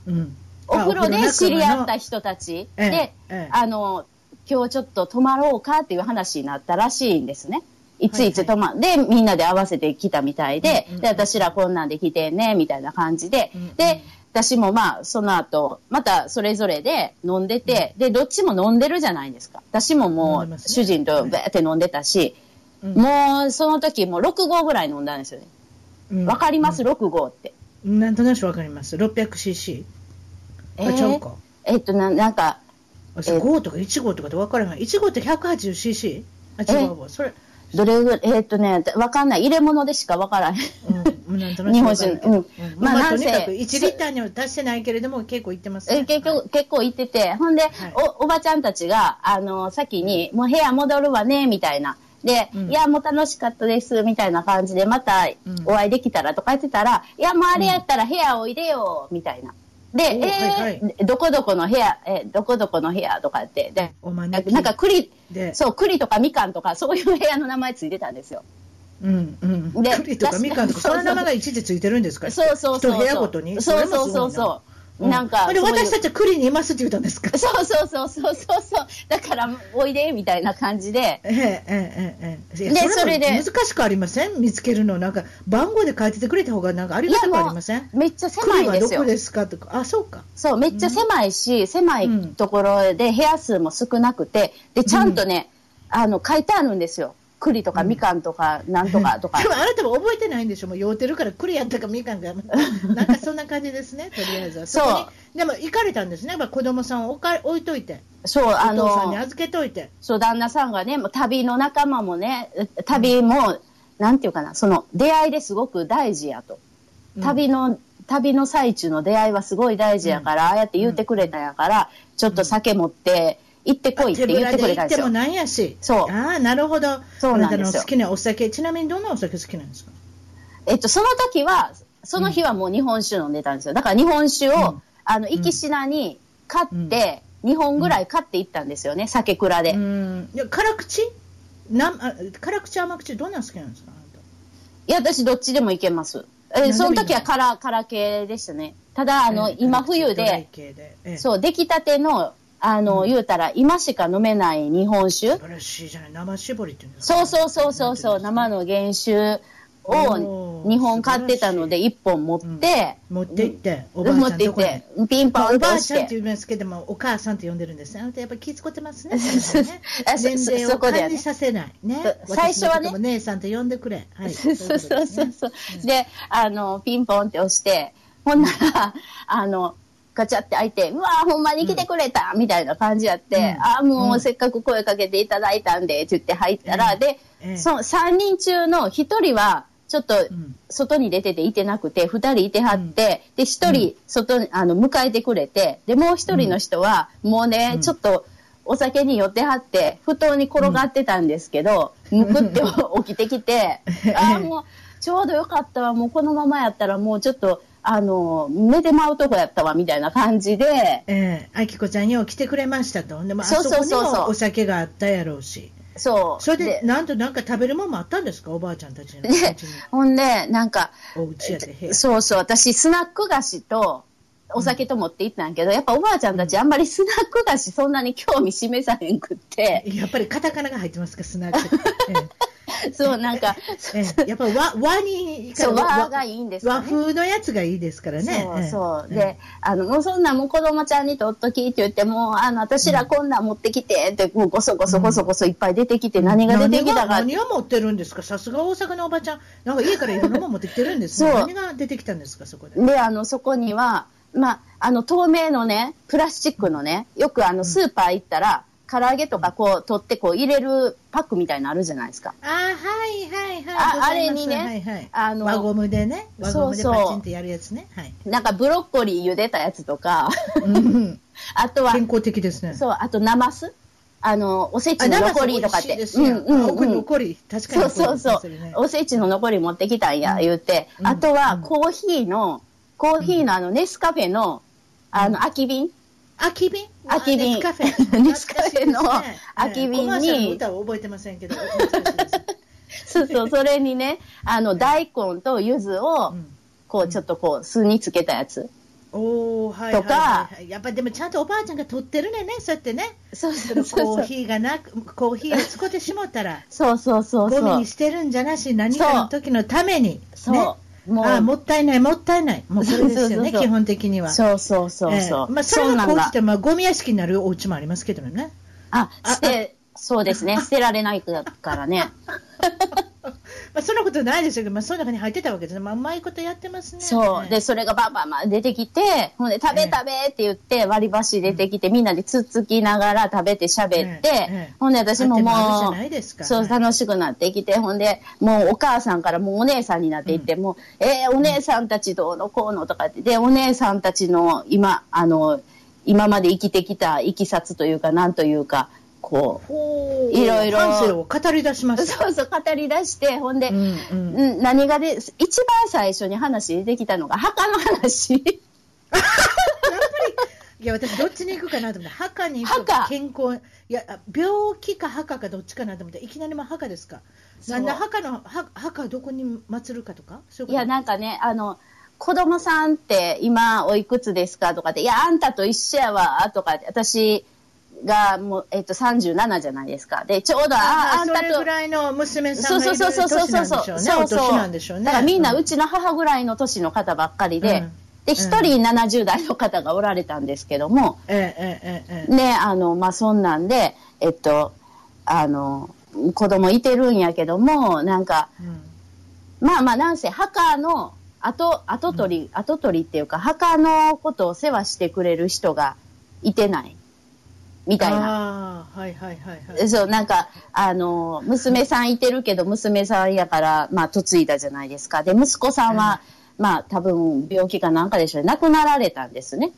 [SPEAKER 1] うん。
[SPEAKER 2] お風呂
[SPEAKER 1] あ
[SPEAKER 2] で知り合った
[SPEAKER 1] お
[SPEAKER 2] 人たち
[SPEAKER 1] 風呂仲間のええ
[SPEAKER 2] で、
[SPEAKER 1] ええ
[SPEAKER 2] あの、今日ちょっと泊まろうかっていう話になったらしいんですね。いついつ泊ま、で、みんなで合わせて来たみたいで、
[SPEAKER 1] うんうんうん
[SPEAKER 2] で、私らこんなんで来てね、みたいな感じで、
[SPEAKER 1] うんうん
[SPEAKER 2] で、私もまあ、その後、またそれぞれで飲んでて、で、どっちも飲んでるじゃないですか。私もも
[SPEAKER 1] 飲んで
[SPEAKER 2] う、
[SPEAKER 1] ますね
[SPEAKER 2] 主人とべーって飲んでたし、
[SPEAKER 1] うん
[SPEAKER 2] もう、その時もう6合ぐらい飲んだんですよね。
[SPEAKER 1] うん
[SPEAKER 2] わかります、?6 合って。
[SPEAKER 1] うんなんとなくわかります。600cc。
[SPEAKER 2] え
[SPEAKER 1] あ、ちゃう
[SPEAKER 2] ー
[SPEAKER 1] か。
[SPEAKER 2] えっと、ななんか、
[SPEAKER 1] あ、
[SPEAKER 2] えー
[SPEAKER 1] 5とか1号とかで分からへん。1号って 180cc? あ、違うわ。それ、
[SPEAKER 2] どれぐらい、えーっとね、わかんない。入れ物でしかわからへん。
[SPEAKER 1] うん、なんとなくわかるけど。
[SPEAKER 2] 日本
[SPEAKER 1] う
[SPEAKER 2] 人うん
[SPEAKER 1] んまあ、
[SPEAKER 2] まあ
[SPEAKER 1] とにかく
[SPEAKER 2] なんせ
[SPEAKER 1] 1リッターには達してないけれども、結構いってますね。
[SPEAKER 2] え結局、結構行ってて、ほんで、おおばちゃんたちが、あの、先に、もう部屋戻るわね、みたいな。で、
[SPEAKER 1] うん
[SPEAKER 2] いや、もう楽しかったです、みたいな感じで、また
[SPEAKER 1] ん
[SPEAKER 2] お会いできたらとか言ってたら、いや、もうあれやったら部屋おいでよ、みたいな。で、
[SPEAKER 1] お
[SPEAKER 2] え
[SPEAKER 1] はいはい
[SPEAKER 2] ーどこどこの部屋、えーどこどこの部屋とかって、で、
[SPEAKER 1] お招き
[SPEAKER 2] なんか栗、
[SPEAKER 1] で、
[SPEAKER 2] そう、栗とかみかんとか、そういう部屋の名前ついてたんですよ。
[SPEAKER 1] うんうん、
[SPEAKER 2] で
[SPEAKER 1] 栗とかみかんとか、
[SPEAKER 2] 確
[SPEAKER 1] そ
[SPEAKER 2] か
[SPEAKER 1] の名前が一時ついてるんですか
[SPEAKER 2] そうそうそうそう。
[SPEAKER 1] 一部屋ごとに。
[SPEAKER 2] そうそうそ
[SPEAKER 1] そ
[SPEAKER 2] うそう。
[SPEAKER 1] れもすごいな
[SPEAKER 2] なんか、
[SPEAKER 1] うんで、
[SPEAKER 2] そういう
[SPEAKER 1] 私たちは栗にいますって言ったんですか。
[SPEAKER 2] そうそうそうそうそうそう。だから、おいで、みたいな感じ
[SPEAKER 1] え
[SPEAKER 2] で。
[SPEAKER 1] えええええ。いや
[SPEAKER 2] で
[SPEAKER 1] も
[SPEAKER 2] それで
[SPEAKER 1] 難しくありません見つけるの。なんか、番号で書いててくれた方が、なんかありがたくありません
[SPEAKER 2] めっちゃ狭
[SPEAKER 1] 栗
[SPEAKER 2] い
[SPEAKER 1] は
[SPEAKER 2] で
[SPEAKER 1] ど
[SPEAKER 2] すよ
[SPEAKER 1] こ。ですかとか。あ、そうか。
[SPEAKER 2] そう、めっちゃ狭いし、狭いところで部屋数も少なくて、で、ちゃんとね、あの、書いてあるんですよ。栗とかみかんとか、なんとかと か
[SPEAKER 1] で。もあなたも覚えてないんでしょ、もう酔うてるから、栗やったかみかんか、 なんかそんな感じですね、とりあえずは。
[SPEAKER 2] そう
[SPEAKER 1] こにでも行かれたんですね、やっぱ子供さんを置か置いといて、
[SPEAKER 2] そう、あ
[SPEAKER 1] お父さんに
[SPEAKER 2] の、
[SPEAKER 1] 預けといて、
[SPEAKER 2] そう、旦那さんがね、もう旅の仲間もね、旅も、なんていうかな、その、出会いですごく大事やと。
[SPEAKER 1] うん
[SPEAKER 2] 旅の、旅の最中の出会いはすごい大事やから、ああやって言ってくれたんやから、ちょっと酒持って、行ってこいって
[SPEAKER 1] 手ぶ
[SPEAKER 2] 言っ
[SPEAKER 1] ら
[SPEAKER 2] てく
[SPEAKER 1] で
[SPEAKER 2] れた
[SPEAKER 1] 行
[SPEAKER 2] ん
[SPEAKER 1] っ
[SPEAKER 2] で
[SPEAKER 1] て
[SPEAKER 2] すよ
[SPEAKER 1] も。なんやし、
[SPEAKER 2] そう
[SPEAKER 1] ああ、なるほど、
[SPEAKER 2] そうなんですよ
[SPEAKER 1] あたの好きなお酒、ちなみにどんなお酒好きなんですか
[SPEAKER 2] えっと、その時は、その日はもう日本酒飲んでたんですよ。だから日本酒を、
[SPEAKER 1] うん
[SPEAKER 2] あの、行き品に買って、2本ぐらい買っていったんですよね、酒蔵で。
[SPEAKER 1] うんいや辛口なんあ辛口、甘口、どんなの好きなんですか、あなた
[SPEAKER 2] いや、私どっちでも行けます。
[SPEAKER 1] 何でもいい
[SPEAKER 2] え、
[SPEAKER 1] の
[SPEAKER 2] その時はから、から系でしたね。ただ、あの、
[SPEAKER 1] ええ
[SPEAKER 2] 今冬
[SPEAKER 1] ドライ
[SPEAKER 2] で、
[SPEAKER 1] 系で、ええ素
[SPEAKER 2] そう、出来たての、あの、言うたら、今しか飲めない日本酒。
[SPEAKER 1] 晴らしいじゃない、生絞りっていうんですか
[SPEAKER 2] そうそうそうそうそう、生の原酒を
[SPEAKER 1] おー
[SPEAKER 2] 2本買ってたので、
[SPEAKER 1] 素
[SPEAKER 2] 1本持って、
[SPEAKER 1] 持って行って、おばあ
[SPEAKER 2] 持
[SPEAKER 1] ち
[SPEAKER 2] っ
[SPEAKER 1] ゃんと
[SPEAKER 2] て行っ
[SPEAKER 1] こに
[SPEAKER 2] て。、ピンポン
[SPEAKER 1] まあ、おば
[SPEAKER 2] 押
[SPEAKER 1] あ
[SPEAKER 2] し。
[SPEAKER 1] ちゃんってて言いますけども、お母さんって呼んでるんです。あなたやっぱり気使ってますね。
[SPEAKER 2] そう
[SPEAKER 1] ね
[SPEAKER 2] あそ
[SPEAKER 1] 年齢
[SPEAKER 2] そ
[SPEAKER 1] を
[SPEAKER 2] こだよね
[SPEAKER 1] 感じさせない。ね
[SPEAKER 2] そう。最初は
[SPEAKER 1] 私の
[SPEAKER 2] ね
[SPEAKER 1] ことも姉さんと呼んでくれ。はい。
[SPEAKER 2] そうそうそう
[SPEAKER 1] そ
[SPEAKER 2] そう
[SPEAKER 1] いうことですね
[SPEAKER 2] そう。で、あの、ピンポンって押して、ほんなら、あの、ガチャって開いて、うわーほんまに来てくれた、みたいな感じやって、
[SPEAKER 1] うん
[SPEAKER 2] あーも
[SPEAKER 1] う
[SPEAKER 2] うんせっかく声かけていただいたんで、って言って入ったら、
[SPEAKER 1] ええ
[SPEAKER 2] で、
[SPEAKER 1] ええ
[SPEAKER 2] その3人中の1人は、ちょっと
[SPEAKER 1] ん
[SPEAKER 2] 外に出てていてなくて、2人いてはって、で、1人外に、あの、迎えてくれて、で、もう1人の人は、もうね、ちょっと、お酒に酔ってはって、布団に転がってたんですけど、むくって起きてきて、 ああ、もう、ちょうどよかったわ、もうこのままやったら、もうちょっと、あの、寝てまうとこやったわ、みたいな感じで、
[SPEAKER 1] ええあきこちゃんよう来てくれましたと。でも、あ
[SPEAKER 2] そう
[SPEAKER 1] そ
[SPEAKER 2] そうそ
[SPEAKER 1] こ
[SPEAKER 2] う
[SPEAKER 1] に
[SPEAKER 2] そう
[SPEAKER 1] もお酒があったやろうし。
[SPEAKER 2] そう。
[SPEAKER 1] それで、なんとなんか食べるもんもあったんですかおばあちゃんたちのお
[SPEAKER 2] で
[SPEAKER 1] 家に。
[SPEAKER 2] ほんで、なんか、
[SPEAKER 1] お家やで、部屋。
[SPEAKER 2] そうそう、私、スナック菓子と、お酒と持って行ったんやけど、やっぱおばあちゃんたちあんまりスナック菓子そんなに興味示さへんく って、
[SPEAKER 1] やっぱりカタカナが入ってますか、ス ナック。
[SPEAKER 2] そうなんか、
[SPEAKER 1] ええええやっぱ和和に
[SPEAKER 2] そう、
[SPEAKER 1] 和
[SPEAKER 2] 和がいいんです
[SPEAKER 1] 和
[SPEAKER 2] かね。
[SPEAKER 1] 風のやつがいいですからね。
[SPEAKER 2] そうそう。
[SPEAKER 1] ええ
[SPEAKER 2] で、あの、もうそんなんもう子供ちゃんにとっときって言って、もう、あの、私らこんなん持ってきてって、もうごそごそごそごそいっぱい出てきて、何が出てきたか。
[SPEAKER 1] 何が何を持ってるんですかさすが大阪のおばちゃん。なんか家からいろんなもん持ってきてるんですね。
[SPEAKER 2] そう
[SPEAKER 1] 何が出てきたんですかそこで。
[SPEAKER 2] で、あの、そこには、まあ、あの、透明のね、プラスチックのね、よくあの、スーパー行ったら、唐揚げとかこう、取ってこう、入れるパックみたいなのあるじゃないですか。
[SPEAKER 1] あ、はいはいはい。
[SPEAKER 2] あ
[SPEAKER 1] わかり
[SPEAKER 2] あれ
[SPEAKER 1] ます
[SPEAKER 2] にね
[SPEAKER 1] はいはい。
[SPEAKER 2] あの
[SPEAKER 1] 輪ゴムでね。輪ゴムで
[SPEAKER 2] そうそう
[SPEAKER 1] パチンってやるやつね。はい。
[SPEAKER 2] なんか、ブロッコリー茹でたやつとか、
[SPEAKER 1] うん
[SPEAKER 2] あとは
[SPEAKER 1] 健、康的ですね。
[SPEAKER 2] そう、あと、ナマスあの、おせち
[SPEAKER 1] あ、
[SPEAKER 2] の
[SPEAKER 1] なんか
[SPEAKER 2] 残
[SPEAKER 1] 美
[SPEAKER 2] りと
[SPEAKER 1] 味
[SPEAKER 2] かっ
[SPEAKER 1] しい
[SPEAKER 2] て。
[SPEAKER 1] ですね。
[SPEAKER 2] うんうん
[SPEAKER 1] 残り
[SPEAKER 2] うん。
[SPEAKER 1] 残り。確かに
[SPEAKER 2] そう
[SPEAKER 1] 残り
[SPEAKER 2] そうそう
[SPEAKER 1] れね。
[SPEAKER 2] おせちの残り持ってきたんや、
[SPEAKER 1] うん
[SPEAKER 2] 言うて。
[SPEAKER 1] うん
[SPEAKER 2] あとは、
[SPEAKER 1] うん
[SPEAKER 2] コーヒーの、コーヒーのあの、ネスカフェの、あの、空き瓶
[SPEAKER 1] 空き瓶
[SPEAKER 2] 空き瓶
[SPEAKER 1] ネスカフェ。
[SPEAKER 2] ネスカフェの
[SPEAKER 1] 懐かしいですね
[SPEAKER 2] 空き瓶に
[SPEAKER 1] コマーシャルの歌は覚えてませんけど。懐かしいです
[SPEAKER 2] そうそう、それにね、あの、大根と柚子を
[SPEAKER 1] う、ん
[SPEAKER 2] こう、ちょっとこう、酢につけたやつ。
[SPEAKER 1] おおはいはいはいはいやっぱでもちゃんとおばあちゃんが取ってるねんねそうやってね
[SPEAKER 2] そう
[SPEAKER 1] そ
[SPEAKER 2] そ
[SPEAKER 1] の
[SPEAKER 2] うそう
[SPEAKER 1] コ
[SPEAKER 2] そ
[SPEAKER 1] ー
[SPEAKER 2] う。
[SPEAKER 1] ヒーがなくコーヒーを使ってしもったら
[SPEAKER 2] そうそうそう
[SPEAKER 1] ゴミ
[SPEAKER 2] そう
[SPEAKER 1] に。してるんじゃなし何かの時のためにね
[SPEAKER 2] そう。も
[SPEAKER 1] あーもったいないもったいないもうそれです
[SPEAKER 2] そう
[SPEAKER 1] よ
[SPEAKER 2] そう
[SPEAKER 1] ね
[SPEAKER 2] そうそう
[SPEAKER 1] 基本的に
[SPEAKER 2] う、
[SPEAKER 1] は
[SPEAKER 2] そうそうそうそ
[SPEAKER 1] ええ
[SPEAKER 2] う。
[SPEAKER 1] まあそ
[SPEAKER 2] そ
[SPEAKER 1] れ
[SPEAKER 2] う
[SPEAKER 1] が
[SPEAKER 2] な
[SPEAKER 1] こ
[SPEAKER 2] ん
[SPEAKER 1] う
[SPEAKER 2] だ
[SPEAKER 1] して。まあゴミ屋敷になるお家もありますけどね
[SPEAKER 2] あ、
[SPEAKER 1] あ
[SPEAKER 2] 捨て、そうですね、捨てられないからね。
[SPEAKER 1] まあそんなことないですけどまあその中に入ってたわけですねまあうまいことやってますね
[SPEAKER 2] そう。
[SPEAKER 1] ええ
[SPEAKER 2] で、それがバンバンバン出てきて、ほんで、食べ
[SPEAKER 1] ええ
[SPEAKER 2] 食べって言って、割り箸出てきて、みんなでつっつきながら食べて喋っ
[SPEAKER 1] えええ
[SPEAKER 2] て
[SPEAKER 1] え、
[SPEAKER 2] ほんで、私も
[SPEAKER 1] あってあるじ
[SPEAKER 2] も
[SPEAKER 1] ゃな
[SPEAKER 2] う
[SPEAKER 1] い、ですか
[SPEAKER 2] そう、楽しくなってきて、ほんで、もうお母さんからもうお姉さんになっていって、もう、えーお姉さんたちどうのこうのとかって、で、お姉さんたちの今、あの、今まで生きてきたいきさつというか、なんというか、こ
[SPEAKER 1] ほう
[SPEAKER 2] いろいろ
[SPEAKER 1] 感性を語り出しま
[SPEAKER 2] う、
[SPEAKER 1] した
[SPEAKER 2] そうそう語り出して、ほんで、
[SPEAKER 1] うんうん
[SPEAKER 2] うん、何がで、一番最初に話出てきたのが、墓の話。
[SPEAKER 1] いや私どっちに行くかなと思って墓に行く
[SPEAKER 2] 墓
[SPEAKER 1] か健康いやあ病気か墓かどっちかなと思っていきなりもう墓ですか
[SPEAKER 2] そう
[SPEAKER 1] なんだ墓のは墓どこに祀るかとかそういうこと
[SPEAKER 2] いや、なんかね、あの、子供さんって今おいくつですかとかって、いや、あんたと一緒やわ、とかって、私がもう、えっと、37じゃないですか。で、ちょうど、あ、
[SPEAKER 1] あ
[SPEAKER 2] あん
[SPEAKER 1] そ
[SPEAKER 2] た
[SPEAKER 1] れぐ
[SPEAKER 2] と、
[SPEAKER 1] らいの娘さ
[SPEAKER 2] そ
[SPEAKER 1] ん
[SPEAKER 2] う
[SPEAKER 1] がい
[SPEAKER 2] そう
[SPEAKER 1] る
[SPEAKER 2] そうそうそう
[SPEAKER 1] 年
[SPEAKER 2] そ
[SPEAKER 1] なでし
[SPEAKER 2] うんそ
[SPEAKER 1] ょ
[SPEAKER 2] う。
[SPEAKER 1] うねお年なんでしょ
[SPEAKER 2] そうう
[SPEAKER 1] ね
[SPEAKER 2] だからみんな、う
[SPEAKER 1] ち
[SPEAKER 2] ちの母ぐらいの年の方ばっかりで、で、一人70代の方がおられたんですけども、
[SPEAKER 1] ええええええ
[SPEAKER 2] ね、あの、まあ、そんなんで、えっと、あの、子供いてるんやけども、なんか、
[SPEAKER 1] うん
[SPEAKER 2] まあまあ、なんせ、墓の後、後取り、後取りっていうか、墓のことを世話してくれる人がいてない。みたいな。
[SPEAKER 1] ああはいはいはいはい
[SPEAKER 2] そう、なんか、あの、娘さんいてるけど、娘さんやから、まあ、嫁いだじゃないですか。で、息子さんは、まあ、多分、病気かなんかでしょうね。亡くなられたんですね。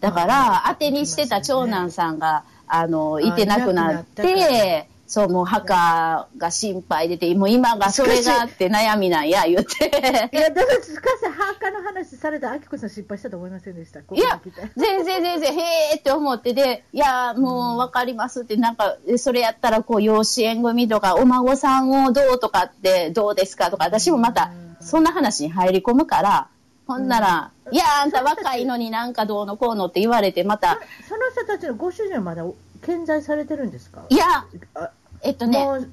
[SPEAKER 2] だか
[SPEAKER 1] あ
[SPEAKER 2] ら、
[SPEAKER 1] ー
[SPEAKER 2] 当てにしてた長男さんが、あの、
[SPEAKER 1] あ
[SPEAKER 2] いてなくなっ
[SPEAKER 1] いなくなった
[SPEAKER 2] て、そう、もう墓が心配でて、もう今がそれがあって悩みなんや、言って
[SPEAKER 1] い。やだからしかし墓の話されたあきこさん失敗したと思いませんでしたここ
[SPEAKER 2] い
[SPEAKER 1] に
[SPEAKER 2] や
[SPEAKER 1] 来て、
[SPEAKER 2] 全然全然、へーって思ってで、いや、もうわかりますって、なんか、えそれやったら、こう、養子縁組とか、お孫さんをどうとかって、どうですかとか、私もまた、そんな話に入り込むから、ほんなら、いや、あんた若いのになんかどうのこうのって言われて、また、
[SPEAKER 1] その人たちのご主人はまだ健在されてるんですか
[SPEAKER 2] いや、
[SPEAKER 1] あ
[SPEAKER 2] えっとね
[SPEAKER 1] も、う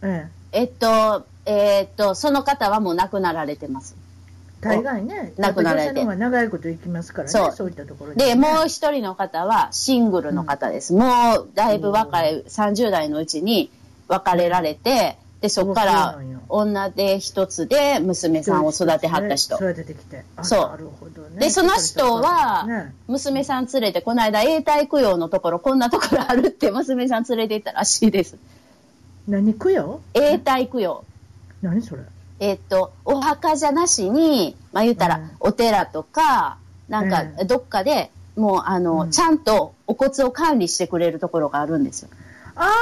[SPEAKER 1] ええ
[SPEAKER 2] えっと、えっと、その方はもう亡くなられてます。
[SPEAKER 1] 大概ね、
[SPEAKER 2] 亡くなられて
[SPEAKER 1] やっぱ女性の方が長いこと行きますからね、
[SPEAKER 2] そ
[SPEAKER 1] そうういったところにね
[SPEAKER 2] で、もう一人の方はシングルの方です。もうだいぶ若い、30代のうちに別れられて、で、そこか
[SPEAKER 1] そう
[SPEAKER 2] ら
[SPEAKER 1] なんや
[SPEAKER 2] 女で一つで娘さんを育てはった人。
[SPEAKER 1] 育ててきて、あ
[SPEAKER 2] そう
[SPEAKER 1] なるほどね、
[SPEAKER 2] で、その人は
[SPEAKER 1] ね、
[SPEAKER 2] 娘さん連れて、この間、永代供養のところ、こんなところあるって、娘さん連れて行ったらしいです。
[SPEAKER 1] 何供養
[SPEAKER 2] 永代供養。
[SPEAKER 1] 何それ、
[SPEAKER 2] えっと、お墓じゃなしに、まあ言った
[SPEAKER 1] うん
[SPEAKER 2] ら、お寺とか、なん
[SPEAKER 1] う
[SPEAKER 2] か、どっかで、もうあの、
[SPEAKER 1] うん
[SPEAKER 2] ちゃんとお骨を管理してくれるところがあるんですよ。
[SPEAKER 1] ああ、は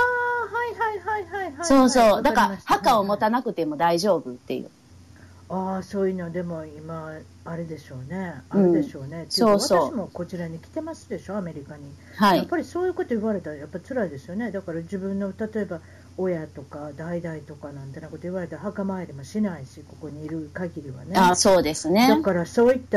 [SPEAKER 1] いはいはいはいはい、はい。
[SPEAKER 2] そうそう。
[SPEAKER 1] わ
[SPEAKER 2] だか
[SPEAKER 1] り
[SPEAKER 2] ら
[SPEAKER 1] ま、した
[SPEAKER 2] 墓を持たなくても大丈夫っていう。
[SPEAKER 1] ああそういうのでも今あれでしょうねあるでしょうね、ってい
[SPEAKER 2] そう
[SPEAKER 1] か
[SPEAKER 2] そう
[SPEAKER 1] 私もこちらに来てますでしょアメリカに、
[SPEAKER 2] は
[SPEAKER 1] やっ
[SPEAKER 2] い。
[SPEAKER 1] ぱりそういうこと言われたらやっぱ辛いですよねだから自分の例えば親とか代々とかなんてなこと言われたら墓参りもしないしここにいる限りはね
[SPEAKER 2] あそうですね
[SPEAKER 1] だ。からそういった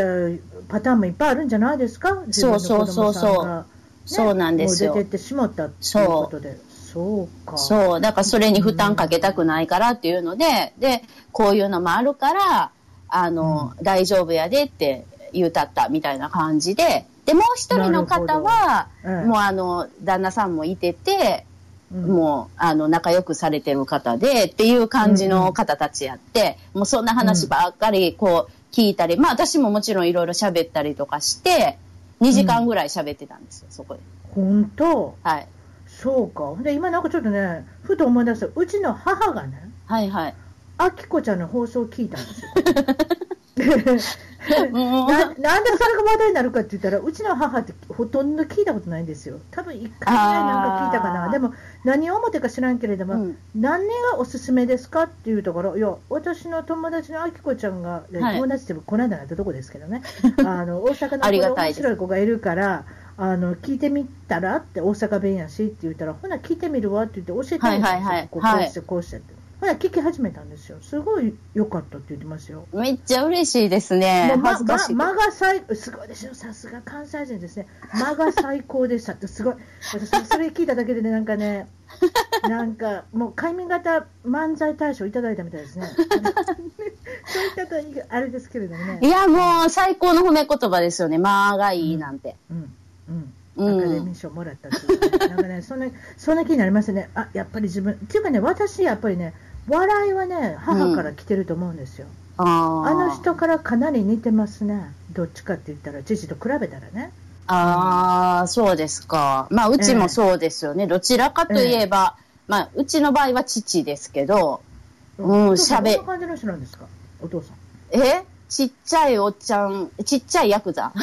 [SPEAKER 1] パターンもいっぱいあるんじゃないですか自分の子供さんが
[SPEAKER 2] そうそうそうそうそうなんですよ
[SPEAKER 1] もう出てってしまったっていうことでそうか
[SPEAKER 2] そう。だからそれに負担かけたくないからっていうので、で、こういうのもあるから、あの、大丈夫やでって言うたったみたいな感じで、で、もう一人の方は、
[SPEAKER 1] ええ
[SPEAKER 2] もうあの、旦那さんもいてて、
[SPEAKER 1] うん
[SPEAKER 2] もう、あの、仲良くされてる方で、っていう感じの方たちやって、もうそんな話ばっかり、こう、聞いたり、まあ私ももちろんいろいろ喋ったりとかして、2時間ぐらい喋ってたんですよ、そこで。
[SPEAKER 1] 本当
[SPEAKER 2] はい。
[SPEAKER 1] そうか。ほんで、今なんかちょっとね、ふと思い出した。うちの母がね、
[SPEAKER 2] はいはい。
[SPEAKER 1] あきこちゃんの放送を聞いたんですよ。
[SPEAKER 2] もう
[SPEAKER 1] ななんでそれが話題になるかって言ったら、うちの母ってほとんど聞いたことないんですよ。多分一回ぐらいなんか聞いたか
[SPEAKER 2] あ
[SPEAKER 1] な。
[SPEAKER 2] ー
[SPEAKER 1] でも、何を思ってか知らんけれども、
[SPEAKER 2] うん
[SPEAKER 1] 何がおすすめですかっていうところ、いや、私の友達のあきこちゃんが、
[SPEAKER 2] はい
[SPEAKER 1] 友達ってこの間なったとこですけど ね、あの大阪の
[SPEAKER 2] ありが
[SPEAKER 1] これ
[SPEAKER 2] たい
[SPEAKER 1] 面
[SPEAKER 2] です
[SPEAKER 1] 白い子がいるから、あの聞いてみたらって、大阪弁やしって言ったら、ほな、聞いてみるわって言って、教えてもらったんです
[SPEAKER 2] はいはいはい
[SPEAKER 1] よこう
[SPEAKER 2] はい
[SPEAKER 1] こうして、こうしてって。ほな、聞き始めたんですよ。すごい良かったって言ってますよ。
[SPEAKER 2] めっちゃ嬉しいですね
[SPEAKER 1] もう。ま
[SPEAKER 2] 恥ずかしい。
[SPEAKER 1] ま間が最すごいですよ、さすが関西人ですね、間が最高でしたって、すごい、私もそれ聞いただけでね、なんか ね、なんかもう、快眠型漫才大賞いただいたみたい ですね、そういったとあれですけれどもね、
[SPEAKER 2] いや、もう最高の褒め言葉ですよね。まあがいいなんて。
[SPEAKER 1] うん、うん。
[SPEAKER 2] う
[SPEAKER 1] アカデミ
[SPEAKER 2] ん
[SPEAKER 1] ー。賞もらったっていうね、なんかね、そんな、そんな気になりますね。あ、やっぱり自分、っていうかね、私、やっぱりね、笑いはね、母から来てると思うんですよ。
[SPEAKER 2] あー
[SPEAKER 1] あの人からかなり似てますね。どっちかって言ったら、父と比べたらね。
[SPEAKER 2] ああ、そうですか。まあ、うちもそうですよね。どちらかといえば、まあ、うちの場合は父ですけど、うん
[SPEAKER 1] お父さ
[SPEAKER 2] 喋
[SPEAKER 1] どんな感じの人なんですか、お父さん。
[SPEAKER 2] えちっちゃいおっちゃん、ちっちゃいヤクザ。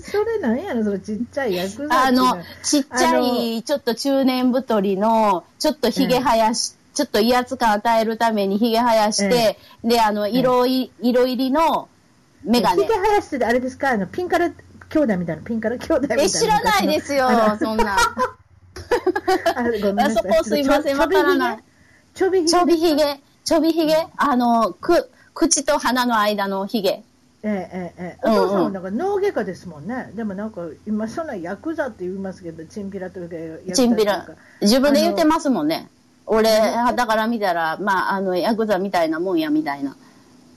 [SPEAKER 1] それなんやろ、そのちっちゃいヤクザ
[SPEAKER 2] あ
[SPEAKER 1] っていうは
[SPEAKER 2] の、ちっちゃい、ちょっと中年太りの、ちょっとひげ生やし、ちょっと威圧感与えるためにひげ生やして、で、あの、色い、色入りのメガネ
[SPEAKER 1] ひげ。生やしててあれですか、あのピンカラ兄弟みたいな、ピンカラ兄弟みたいな。
[SPEAKER 2] え、知らないですよ
[SPEAKER 1] あ、の
[SPEAKER 2] そんな。
[SPEAKER 1] あごめんなさい
[SPEAKER 2] あそこすいませんわからない。
[SPEAKER 1] ちょびひげ
[SPEAKER 2] ちょびひげ、ちょびひげ、あの、く、口と鼻の間のひげ。
[SPEAKER 1] ええええええ、
[SPEAKER 2] うんうん
[SPEAKER 1] お父さんはなんか脳外科ですもんね、でもなんか今、そんなヤクザって言いますけど、チンピラというか、ヤクザというか
[SPEAKER 2] チンピラ。自分で言ってますもんね。俺、肌から見たら、まあ、あの、ヤクザみたいなもんや、みたいな。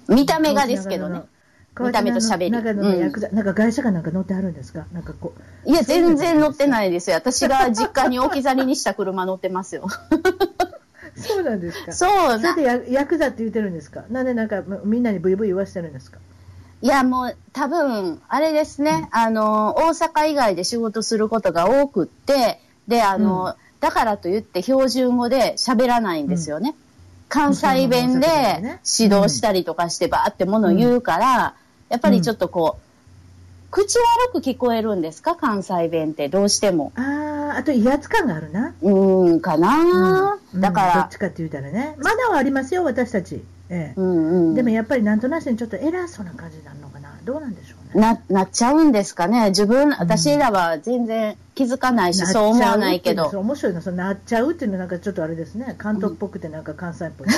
[SPEAKER 2] 見た目がですけどね。見た目と喋り
[SPEAKER 1] 中
[SPEAKER 2] う
[SPEAKER 1] の
[SPEAKER 2] ん
[SPEAKER 1] ヤクザ、なんか会社かなんか乗ってあるんですか、なんかこう、
[SPEAKER 2] いや、全然乗ってないですよ。私が実家に置き去りにした車乗っ てますよ。
[SPEAKER 1] そうなんですか。
[SPEAKER 2] そう
[SPEAKER 1] それ
[SPEAKER 2] な
[SPEAKER 1] で。やヤクザって言ってるんですかなんでなんかむみんなにブイブイ言わしてるんですか
[SPEAKER 2] いや、もう、多分、あれですね。あの、大阪以外で仕事することが多くって、で、あの、
[SPEAKER 1] う
[SPEAKER 2] だからといって標準語で喋らないんですよね。関西弁で
[SPEAKER 1] そうなんですよね
[SPEAKER 2] 指導したりとかしてばーってものを言うから、やっぱりちょっとこう、口悪く聞こえるんですか関西弁って、どうしても。
[SPEAKER 1] あああと威圧感があるな、
[SPEAKER 2] うーん、かな、
[SPEAKER 1] うん
[SPEAKER 2] だか
[SPEAKER 1] どっ
[SPEAKER 2] ら
[SPEAKER 1] ち、かって言うたらねマナーはありますよ私たち、ええ
[SPEAKER 2] うんうん。
[SPEAKER 1] でもやっぱりなんとなしにちょっと偉そうな感じになるのかなどうなんでしょうね
[SPEAKER 2] な、なっちゃうんですかね。自分、私らは全然気づかないし、そう思わないけ
[SPEAKER 1] なっちゃうってうのはそ
[SPEAKER 2] ど。
[SPEAKER 1] う面白いのそうなっちゃうっていうのなんかちょっとあれですね関東っぽくてなんか関西っぽ い、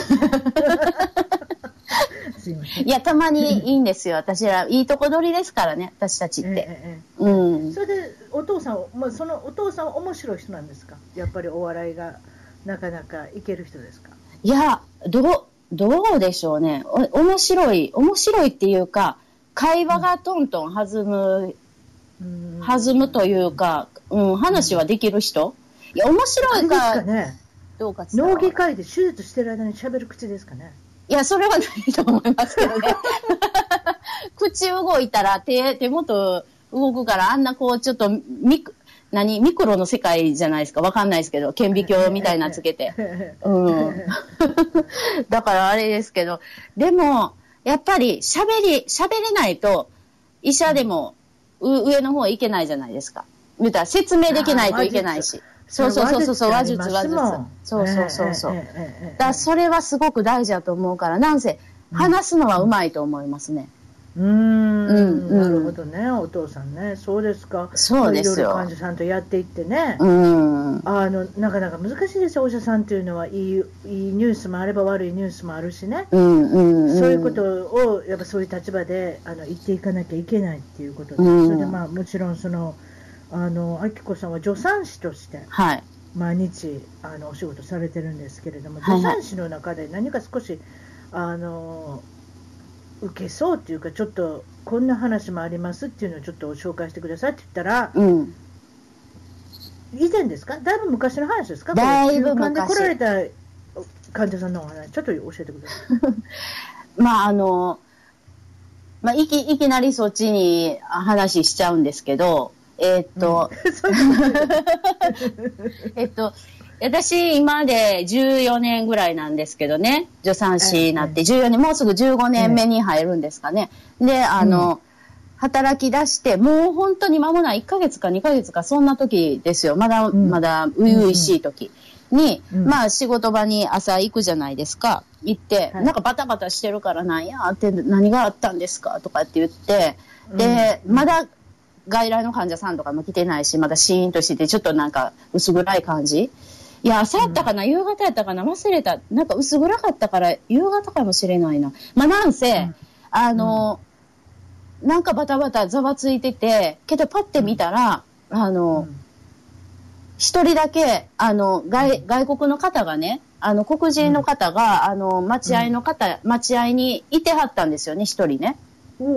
[SPEAKER 1] すいません
[SPEAKER 2] いや、たまにいいんですよ。私ら、いいとこ取りですからね、私たちっ
[SPEAKER 1] ええ
[SPEAKER 2] て。
[SPEAKER 1] え
[SPEAKER 2] うん
[SPEAKER 1] え。それでお父さんを、まあ、そのお父さんは面白い人なんですかやっぱりお笑いがなかなかいける人ですか
[SPEAKER 2] いや、どう、どうでしょうね。お、面白い、面白いっていうか、会話がトントン弾む、
[SPEAKER 1] うん
[SPEAKER 2] 弾むというか、うん、話はできる人いや、面白い
[SPEAKER 1] あれ
[SPEAKER 2] か
[SPEAKER 1] ですかね、
[SPEAKER 2] どうかって言っ
[SPEAKER 1] 脳
[SPEAKER 2] たら
[SPEAKER 1] 外科医で手術してる間に喋る口ですかね。
[SPEAKER 2] いや、それはないと思いますけ どね。口動いたら手、手元動くから、あんなこう、ちょっとミク、何、ミクロの世界じゃないですか。わかんないですけど、顕微鏡みたいなのつけて。うん。だからあれですけど、でも、やっぱり喋り、喋れないと、医者でも、う上の方へ行けないじゃないですか。言うたら説明できないといけないし。そうそうそうそうそう、話術、話術。そうそうそうそう。だからそれはすごく大事だと思うから、なんせ、話すのはうまいと思いますね。
[SPEAKER 1] うーん
[SPEAKER 2] うんうん
[SPEAKER 1] なるほどね、お父さんね、そうですか、
[SPEAKER 2] そうですよ
[SPEAKER 1] まあいろいろ患者さんとやっていってね、
[SPEAKER 2] うん。
[SPEAKER 1] あのなかなか難しいですよ、お医者さんというのは、いいいいニュースもあれば悪いニュースもあるしね、
[SPEAKER 2] うんうんうん。
[SPEAKER 1] そういうことを、やっぱそういう立場であの言っていかなきゃいけないっていうことで、
[SPEAKER 2] うん
[SPEAKER 1] それでまあもちろんその、あのあきこさんは助産師として
[SPEAKER 2] はい。
[SPEAKER 1] 毎日あのお仕事されてるんですけれども、
[SPEAKER 2] はいはい
[SPEAKER 1] 助産師の中で何か少し、あの受けそうっていうか、ちょっとこんな話もありますっていうのをちょっと紹介してくださいって言ったら、
[SPEAKER 2] うん。
[SPEAKER 1] 以前ですか、だいぶ昔の話ですか、
[SPEAKER 2] だいぶ
[SPEAKER 1] これ
[SPEAKER 2] 昔
[SPEAKER 1] 中間で来られた患者さんのお話、ちょっと教えてください。
[SPEAKER 2] まあ、あの、まあ、いき、いきなりそっちに話しちゃうんですけど、えーっと、
[SPEAKER 1] そういうこと
[SPEAKER 2] えっと、私、今で14年ぐらいなんですけどね、助産師になって14年、もうすぐ15年目に入るんですかね。で、あの、働き出して、もう本当に間もない1ヶ月か2ヶ月か、そんな時ですよ。まだ、
[SPEAKER 1] ん
[SPEAKER 2] まだ、初々しい時に、
[SPEAKER 1] うん
[SPEAKER 2] まあ仕事場に朝行くじゃないですか。行って、
[SPEAKER 1] はい
[SPEAKER 2] なんかバタバタしてるからなんやって、何があったんですかとかって言って、で、まだ外来の患者さんとかも来てないし、まだシーンとして、ちょっとなんか薄暗い感じ。いや、朝やったかな、夕方やったかな、忘れた。なんか薄暗かったから、夕方かもしれないな。まあ、なんせ、
[SPEAKER 1] ん
[SPEAKER 2] あの、なんかバタバタざわついてて、けどパッて見たら、あの、一人だけ、あの、外、外国の方がね、あの、黒人の方が、あの、待合の方、待合にいてはったんですよね、一人ね。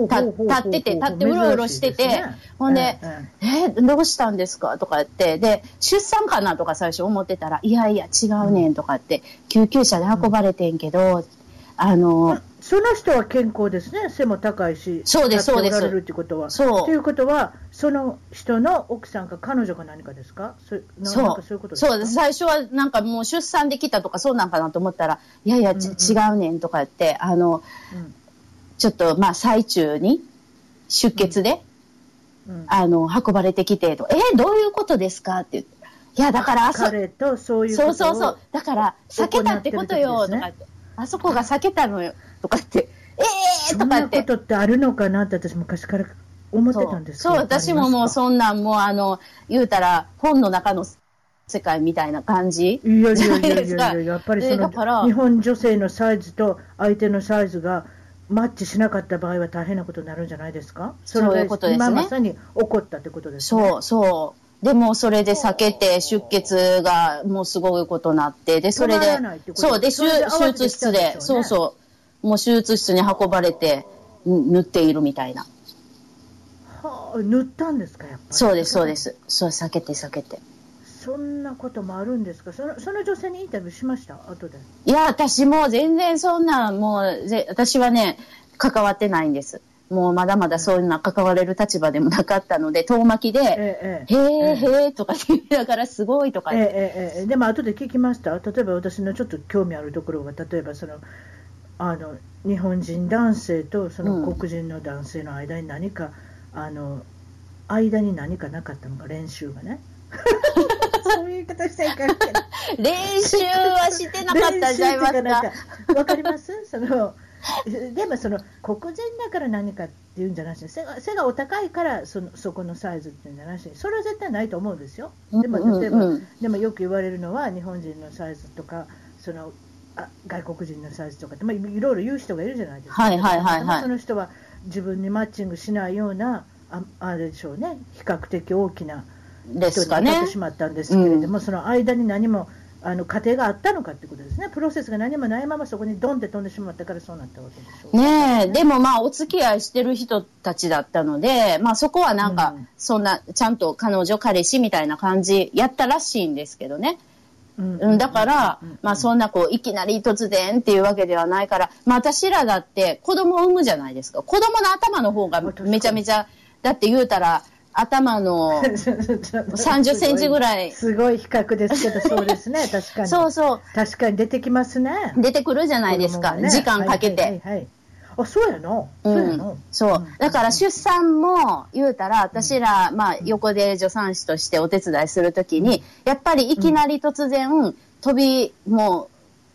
[SPEAKER 2] た立ってて立ってうろうろしててほんでえーどうしたんですかとか言って、で、出産かなとか最初思ってたら、いやいや、違うねんとかって、救急車で運ばれてんけど、あの、
[SPEAKER 1] その人は健康ですね、背も高いし、
[SPEAKER 2] そうで
[SPEAKER 1] 立
[SPEAKER 2] す
[SPEAKER 1] って
[SPEAKER 2] そうです
[SPEAKER 1] おられるってことは。
[SPEAKER 2] そう
[SPEAKER 1] ということは、その人の奥さんか彼女か何かですか、そななんか
[SPEAKER 2] そう
[SPEAKER 1] そういうこと
[SPEAKER 2] そうです。最初はなんかもう出産できたとかそうなんかなと思ったら、いやいや、ち
[SPEAKER 1] う
[SPEAKER 2] 違うねんとか言って、あの、
[SPEAKER 1] うん
[SPEAKER 2] ちょっとまあ最中に出血で、
[SPEAKER 1] うん
[SPEAKER 2] あの、運ばれてきてと、えーどういうことですかって言って、いや、だから朝、
[SPEAKER 1] 彼とそういうこと
[SPEAKER 2] そ
[SPEAKER 1] を
[SPEAKER 2] うそうそう。だから、避けたってことよ、
[SPEAKER 1] 行
[SPEAKER 2] と
[SPEAKER 1] ってるってことで
[SPEAKER 2] かって。あそこが避けたのよ、とかって。ええー、
[SPEAKER 1] そ
[SPEAKER 2] と
[SPEAKER 1] ん
[SPEAKER 2] か
[SPEAKER 1] なこ
[SPEAKER 2] って。
[SPEAKER 1] とってあるのかなって、私、昔から思ってたんですけ
[SPEAKER 2] そう、
[SPEAKER 1] ど
[SPEAKER 2] そう私ももうそんなん、もうあの、言うたら、本の中の世界みたいな感じ。
[SPEAKER 1] いやい
[SPEAKER 2] じゃ
[SPEAKER 1] や
[SPEAKER 2] ない
[SPEAKER 1] や
[SPEAKER 2] で
[SPEAKER 1] い
[SPEAKER 2] す
[SPEAKER 1] や
[SPEAKER 2] か
[SPEAKER 1] いや、 やっぱりそ
[SPEAKER 2] でだから
[SPEAKER 1] の日本女性のサイズと相手のサイズがマッチしなかった場合は大変なことになるんじゃないですか、れが
[SPEAKER 2] そういうことですね
[SPEAKER 1] 今まさに起こったってことですね。
[SPEAKER 2] そう、そう。でも、それで避けて、出血がもうすごいことになって、で、それ
[SPEAKER 1] 止ま
[SPEAKER 2] で
[SPEAKER 1] らないって、こと
[SPEAKER 2] そう、で、
[SPEAKER 1] それで
[SPEAKER 2] 手
[SPEAKER 1] 慌
[SPEAKER 2] 手
[SPEAKER 1] てて
[SPEAKER 2] 術
[SPEAKER 1] きたんで
[SPEAKER 2] 室
[SPEAKER 1] しょうね
[SPEAKER 2] で、そうそう、もう手術室に運ばれて、ん縫っているみたいな。
[SPEAKER 1] はあ、塗ったんですか、やっぱり。
[SPEAKER 2] そうです、そうで。す。そう、避けて、避けて。
[SPEAKER 1] そんなこともあるんですか、そのその女性にインタビューしました、後で。
[SPEAKER 2] いや、私もう全然そんな、もうぜ、私はね、関わってないんです。もうまだまだそういうのは関われる立場でもなかったので、遠巻きで、
[SPEAKER 1] ええ
[SPEAKER 2] へえへえとかって言いながらすごいとか
[SPEAKER 1] えええ
[SPEAKER 2] 言って、
[SPEAKER 1] えええでも後で聞きました、例えば私のちょっと興味あるところは、例えばそのあの日本人男性とその
[SPEAKER 2] うん
[SPEAKER 1] 黒人の男性の間に何か、あの間に何かなかったのか、練習が ね。そういう言い方したらいかんけど
[SPEAKER 2] 練習はしてなかったんじゃいま
[SPEAKER 1] 練習っ
[SPEAKER 2] すか
[SPEAKER 1] て。いうかなんかわかりますそのでもその黒人だから何かっていうんじゃないし背が背がお高いからそのそこのサイズっていうんじゃないしそれは絶対ないと思うんですよ。でも
[SPEAKER 2] うんうんうん
[SPEAKER 1] 例えば、でもよく言われるのは日本人のサイズとかそのあ外国人のサイズとかって、まあ、いろいろ言う人がいるじゃないですか。
[SPEAKER 2] はいはいはい
[SPEAKER 1] たまたまそ
[SPEAKER 2] はい。
[SPEAKER 1] の人は自分にマッチングしないようなああれでしょうね比較的大きな
[SPEAKER 2] ですか
[SPEAKER 1] 人に当たっ
[SPEAKER 2] ね
[SPEAKER 1] て。しまったんですけれども、その間に何もあの過程があったのかってことですね、プロセスが何もないままそこにドンって飛んでしまったからそうなったわけでしょう。
[SPEAKER 2] ねえ、でもまあお付き合いしてる人たちだったので、まあそこはなんか
[SPEAKER 1] うん、
[SPEAKER 2] そんな、ちゃんと彼女、彼氏みたいな感じやったらしいんですけどね。
[SPEAKER 1] うん
[SPEAKER 2] うん、 だから
[SPEAKER 1] うん、
[SPEAKER 2] まあそんなこう、いきなり突然っていうわけではないから、まあ私らだって子供を産むじゃないですか。子供の頭の方がめちゃめちゃ、だって言うたら、頭 の、
[SPEAKER 1] 30
[SPEAKER 2] センチぐらい
[SPEAKER 1] すごい比較ですけど、そうですね、確かに。
[SPEAKER 2] そうそう、
[SPEAKER 1] 確かに出てきますね。
[SPEAKER 2] 出てくるじゃないです
[SPEAKER 1] 子供
[SPEAKER 2] か。
[SPEAKER 1] がね
[SPEAKER 2] 時間かけ
[SPEAKER 1] はい
[SPEAKER 2] て。
[SPEAKER 1] はいはいはいあ、そうやな。そうやな。。
[SPEAKER 2] そううんだから出産も言うたら、私ら、まあ、横で助産師としてお手伝いするときに、やっぱりいきなり突然、飛び、も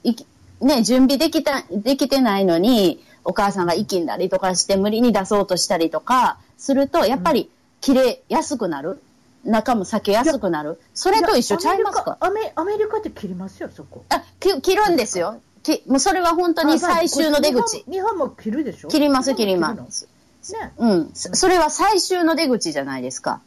[SPEAKER 2] う、いき、ね、準備できた、できてないのに、お母さんが生きんだりとかして無理に出そうとしたりとかすると、やっぱり切れやすくなる。中も避けやすくなる。それと一緒ちゃいますか
[SPEAKER 1] アメリカアメアメリカって切りますよ、そこ。
[SPEAKER 2] あ、き切るんですよ。き、もうそれは本当に最終の出
[SPEAKER 1] まあまあ
[SPEAKER 2] 口
[SPEAKER 1] こ。れ日本日本も切るでしょ
[SPEAKER 2] 切ります、切り
[SPEAKER 1] 日本も
[SPEAKER 2] ま
[SPEAKER 1] 切
[SPEAKER 2] す。
[SPEAKER 1] るのね。
[SPEAKER 2] うん、そそれは最終の出口じゃないですか。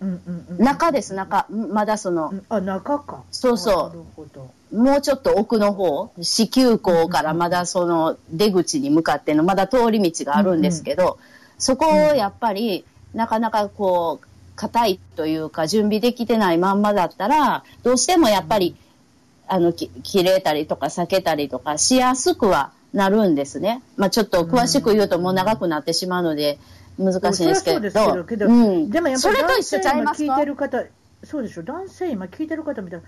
[SPEAKER 1] うんうんうん。
[SPEAKER 2] 中です、中。まだその
[SPEAKER 1] う、ん。あ、中か。
[SPEAKER 2] そうそう
[SPEAKER 1] なるほど。
[SPEAKER 2] もうちょっと奥の方、子宮口からまだその出口に向かっての、まだ通り道があるんですけど、そこをやっぱり、なかなかこう、硬いというか、準備できてないまんまだったら、どうしてもやっぱり、あの、き切れたりとか避けたりとかしやすくはなるんですね。まあちょっと詳しく言うともう長くなってしまうので、難しいんですけど。
[SPEAKER 1] そりゃそうですけど、
[SPEAKER 2] うん
[SPEAKER 1] でもやっぱ
[SPEAKER 2] そ
[SPEAKER 1] り
[SPEAKER 2] れと
[SPEAKER 1] 男
[SPEAKER 2] 一
[SPEAKER 1] 性
[SPEAKER 2] 緒ちゃい
[SPEAKER 1] 今
[SPEAKER 2] ます
[SPEAKER 1] 聞
[SPEAKER 2] か
[SPEAKER 1] いてる方、そうでしょ、男性今聞いてる方みたい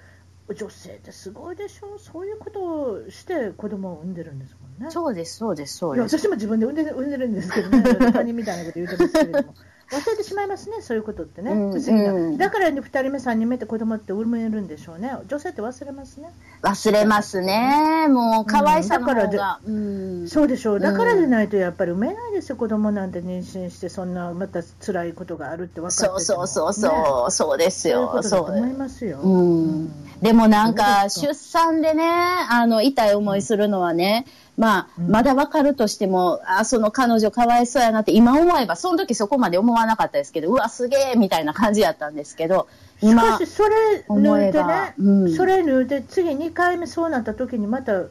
[SPEAKER 1] な、女性ってすごいでしょ、そういうことをして子供を産んでるんですもんね。
[SPEAKER 2] そうです、そうです、そう
[SPEAKER 1] いや
[SPEAKER 2] です。
[SPEAKER 1] 私も自分で産んで産んでるんですけどね、他人みたいなこと言うてますけれど も。忘れてしまいますね、そういうことってね、
[SPEAKER 2] うん
[SPEAKER 1] 不思議な
[SPEAKER 2] うん
[SPEAKER 1] だから、ね、2人目、3人目って子供って産めるんでしょうね、女性って忘れますね、
[SPEAKER 2] 忘れますね。もう、可愛さの
[SPEAKER 1] うんだ
[SPEAKER 2] 方が。うん
[SPEAKER 1] そうでしょ
[SPEAKER 2] ん
[SPEAKER 1] う、だからでないとやっぱり産めないですよ、子供なんて妊娠して、そんなまた辛いことがあるって分かってて
[SPEAKER 2] そ
[SPEAKER 1] も
[SPEAKER 2] うそうそう
[SPEAKER 1] ね
[SPEAKER 2] そう、そうです
[SPEAKER 1] そういうことだ
[SPEAKER 2] よ。
[SPEAKER 1] と
[SPEAKER 2] そ。
[SPEAKER 1] 思いうますよ。
[SPEAKER 2] うん。でもなんか、
[SPEAKER 1] そう
[SPEAKER 2] 出産でね、あの、痛い思いするのはね、まあ、
[SPEAKER 1] うん
[SPEAKER 2] まだわかるとしても、あ、その彼女かわいそうやなって、今思えば、その時そこまで思わなかったですけど、うわ、すげえみたいな感じやったんですけど、
[SPEAKER 1] し
[SPEAKER 2] 今
[SPEAKER 1] かし、、それ
[SPEAKER 2] 思
[SPEAKER 1] 抜
[SPEAKER 2] え
[SPEAKER 1] いて
[SPEAKER 2] ば
[SPEAKER 1] ね、
[SPEAKER 2] うん
[SPEAKER 1] それ抜いて、次2回目そうなった時にまた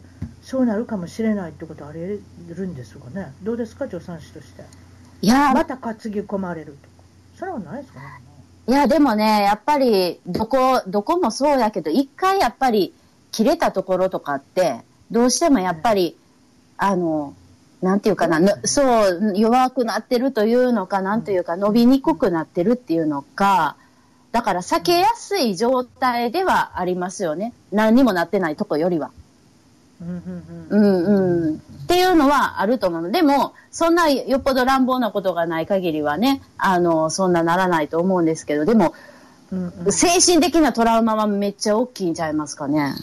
[SPEAKER 1] そうなるかもしれないってことあり得るんですかね、どうですか、助産師として。
[SPEAKER 2] いやー
[SPEAKER 1] また担ぎ込まれるとか、それはないですかね。
[SPEAKER 2] いや、でもね、やっぱり、どこ、どこもそうやけど、一回やっぱり、切れたところとかって、どうしてもやっぱり、あの、なんていうかな、ぬそう、弱くなってるというのか、なんというか、伸びにくくなってるっていうのか、だから避けやすい状態ではありますよね。何にもなってないとこよりは。
[SPEAKER 1] うんうん
[SPEAKER 2] う
[SPEAKER 1] うん
[SPEAKER 2] んうん。っていうのはあると思うの。でも、そんなよっぽど乱暴なことがない限りはね、あの、そんなならないと思うんですけど、でも、
[SPEAKER 1] うんう
[SPEAKER 2] 精神的なトラウマはめっちゃ大きいんちゃいますかね。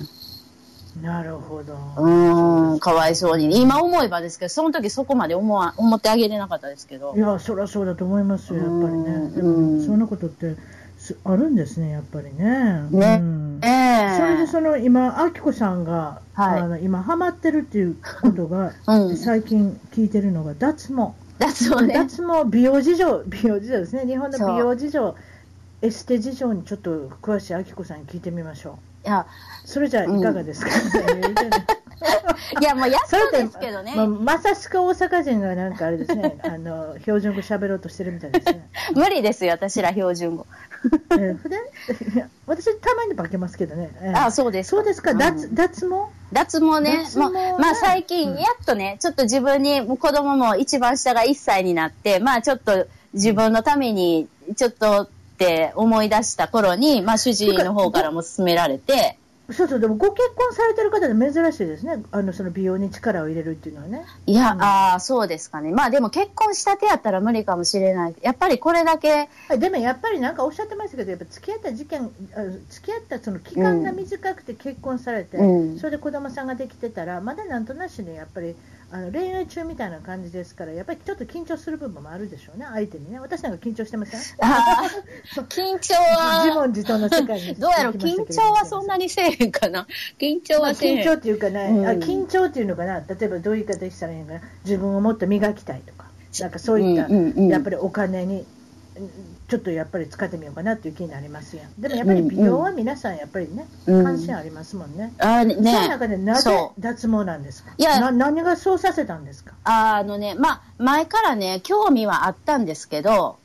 [SPEAKER 1] ん、なるほど、
[SPEAKER 2] うーん、かわいそうに。今思えばですけど、その時そこまで思わ思ってあげれなかったですけど
[SPEAKER 1] い。や、そりゃそうだと思いますよ、やっぱり
[SPEAKER 2] う
[SPEAKER 1] ね
[SPEAKER 2] ん、
[SPEAKER 1] でも
[SPEAKER 2] うん
[SPEAKER 1] そんなことってすあるんですね、やっぱりね。
[SPEAKER 2] ね
[SPEAKER 1] うん
[SPEAKER 2] え
[SPEAKER 1] それで
[SPEAKER 2] え
[SPEAKER 1] その今、あきこさんが、
[SPEAKER 2] はい
[SPEAKER 1] あの今、ハマってるっていうことが、
[SPEAKER 2] うん
[SPEAKER 1] 最近聞いてるのが脱毛、
[SPEAKER 2] だそうね。
[SPEAKER 1] 脱毛、美容事情、美容事情ですね、日本の
[SPEAKER 2] そう
[SPEAKER 1] 美容事情、エステ事情にちょっと詳しいあきこさんに聞いてみましょ
[SPEAKER 2] いや、
[SPEAKER 1] う、それじゃあ、いかが ですか、
[SPEAKER 2] いやもうやっ
[SPEAKER 1] そ
[SPEAKER 2] と
[SPEAKER 1] れ
[SPEAKER 2] ですけどね。
[SPEAKER 1] ままさしく大阪人がなんかあれです ね、あの標準語喋ろうとしてるみたいですね。
[SPEAKER 2] 無理ですよ、私ら標準語。
[SPEAKER 1] えー普段 私、たまに化けますけどね、えー
[SPEAKER 2] あ、そうです。
[SPEAKER 1] そうですか、
[SPEAKER 2] うん
[SPEAKER 1] 脱脱毛
[SPEAKER 2] 脱毛ね。
[SPEAKER 1] 脱毛
[SPEAKER 2] まあ
[SPEAKER 1] ね
[SPEAKER 2] まあ最近、やっとね、ちょっと自分に、もう子供も一番下が1歳になって、まあちょっと自分のために、ちょっとって思い出した頃に、まあ主人の方からも勧められて、
[SPEAKER 1] そうそう、でもご結婚されてる方で珍しいですね、あのその美容に力を入れるっていうのはね。
[SPEAKER 2] いや、
[SPEAKER 1] うん
[SPEAKER 2] ああ、そうですかね。まあでも結婚したてやったら無理かもしれない。やっぱりこれだけ、
[SPEAKER 1] でもやっぱりなんかおっしゃってましたけど、やっぱ付き合った事件、あ付き合ったその期間が短くて結婚されて、
[SPEAKER 2] うん
[SPEAKER 1] それで子供さんができてたら、まだなんとなしにやっぱりあの恋愛中みたいな感じですから、やっぱりちょっと緊張する部分もあるでしょうね、相手にね。私なんか緊張してません
[SPEAKER 2] ああ、 緊張
[SPEAKER 1] 自
[SPEAKER 2] は、
[SPEAKER 1] 問自答の世界に。
[SPEAKER 2] どうやろう、緊張はそんなにせえへんかな。緊張
[SPEAKER 1] まあ
[SPEAKER 2] はせえ
[SPEAKER 1] 緊
[SPEAKER 2] へん。
[SPEAKER 1] 張っていうかね、
[SPEAKER 2] うん
[SPEAKER 1] あ緊張っていうのかな、例えばどういう言い方したらいいのかな、自分をもっと磨きたいとか、なんかそういった、
[SPEAKER 2] うんうんうん
[SPEAKER 1] やっぱりお金に、うんちょっとやっぱり使ってみようかなっていう気になりますやん。でもやっぱり美容は皆さんやっぱりね、
[SPEAKER 2] うん
[SPEAKER 1] 関心ありますもんね。
[SPEAKER 2] ああ、
[SPEAKER 1] その
[SPEAKER 2] ね
[SPEAKER 1] 中でなぜ
[SPEAKER 2] そ
[SPEAKER 1] 脱毛なんですか
[SPEAKER 2] いや
[SPEAKER 1] な何がそうさせたんですか、
[SPEAKER 2] ああのね、まあ、前からね、興味はあったんですけど、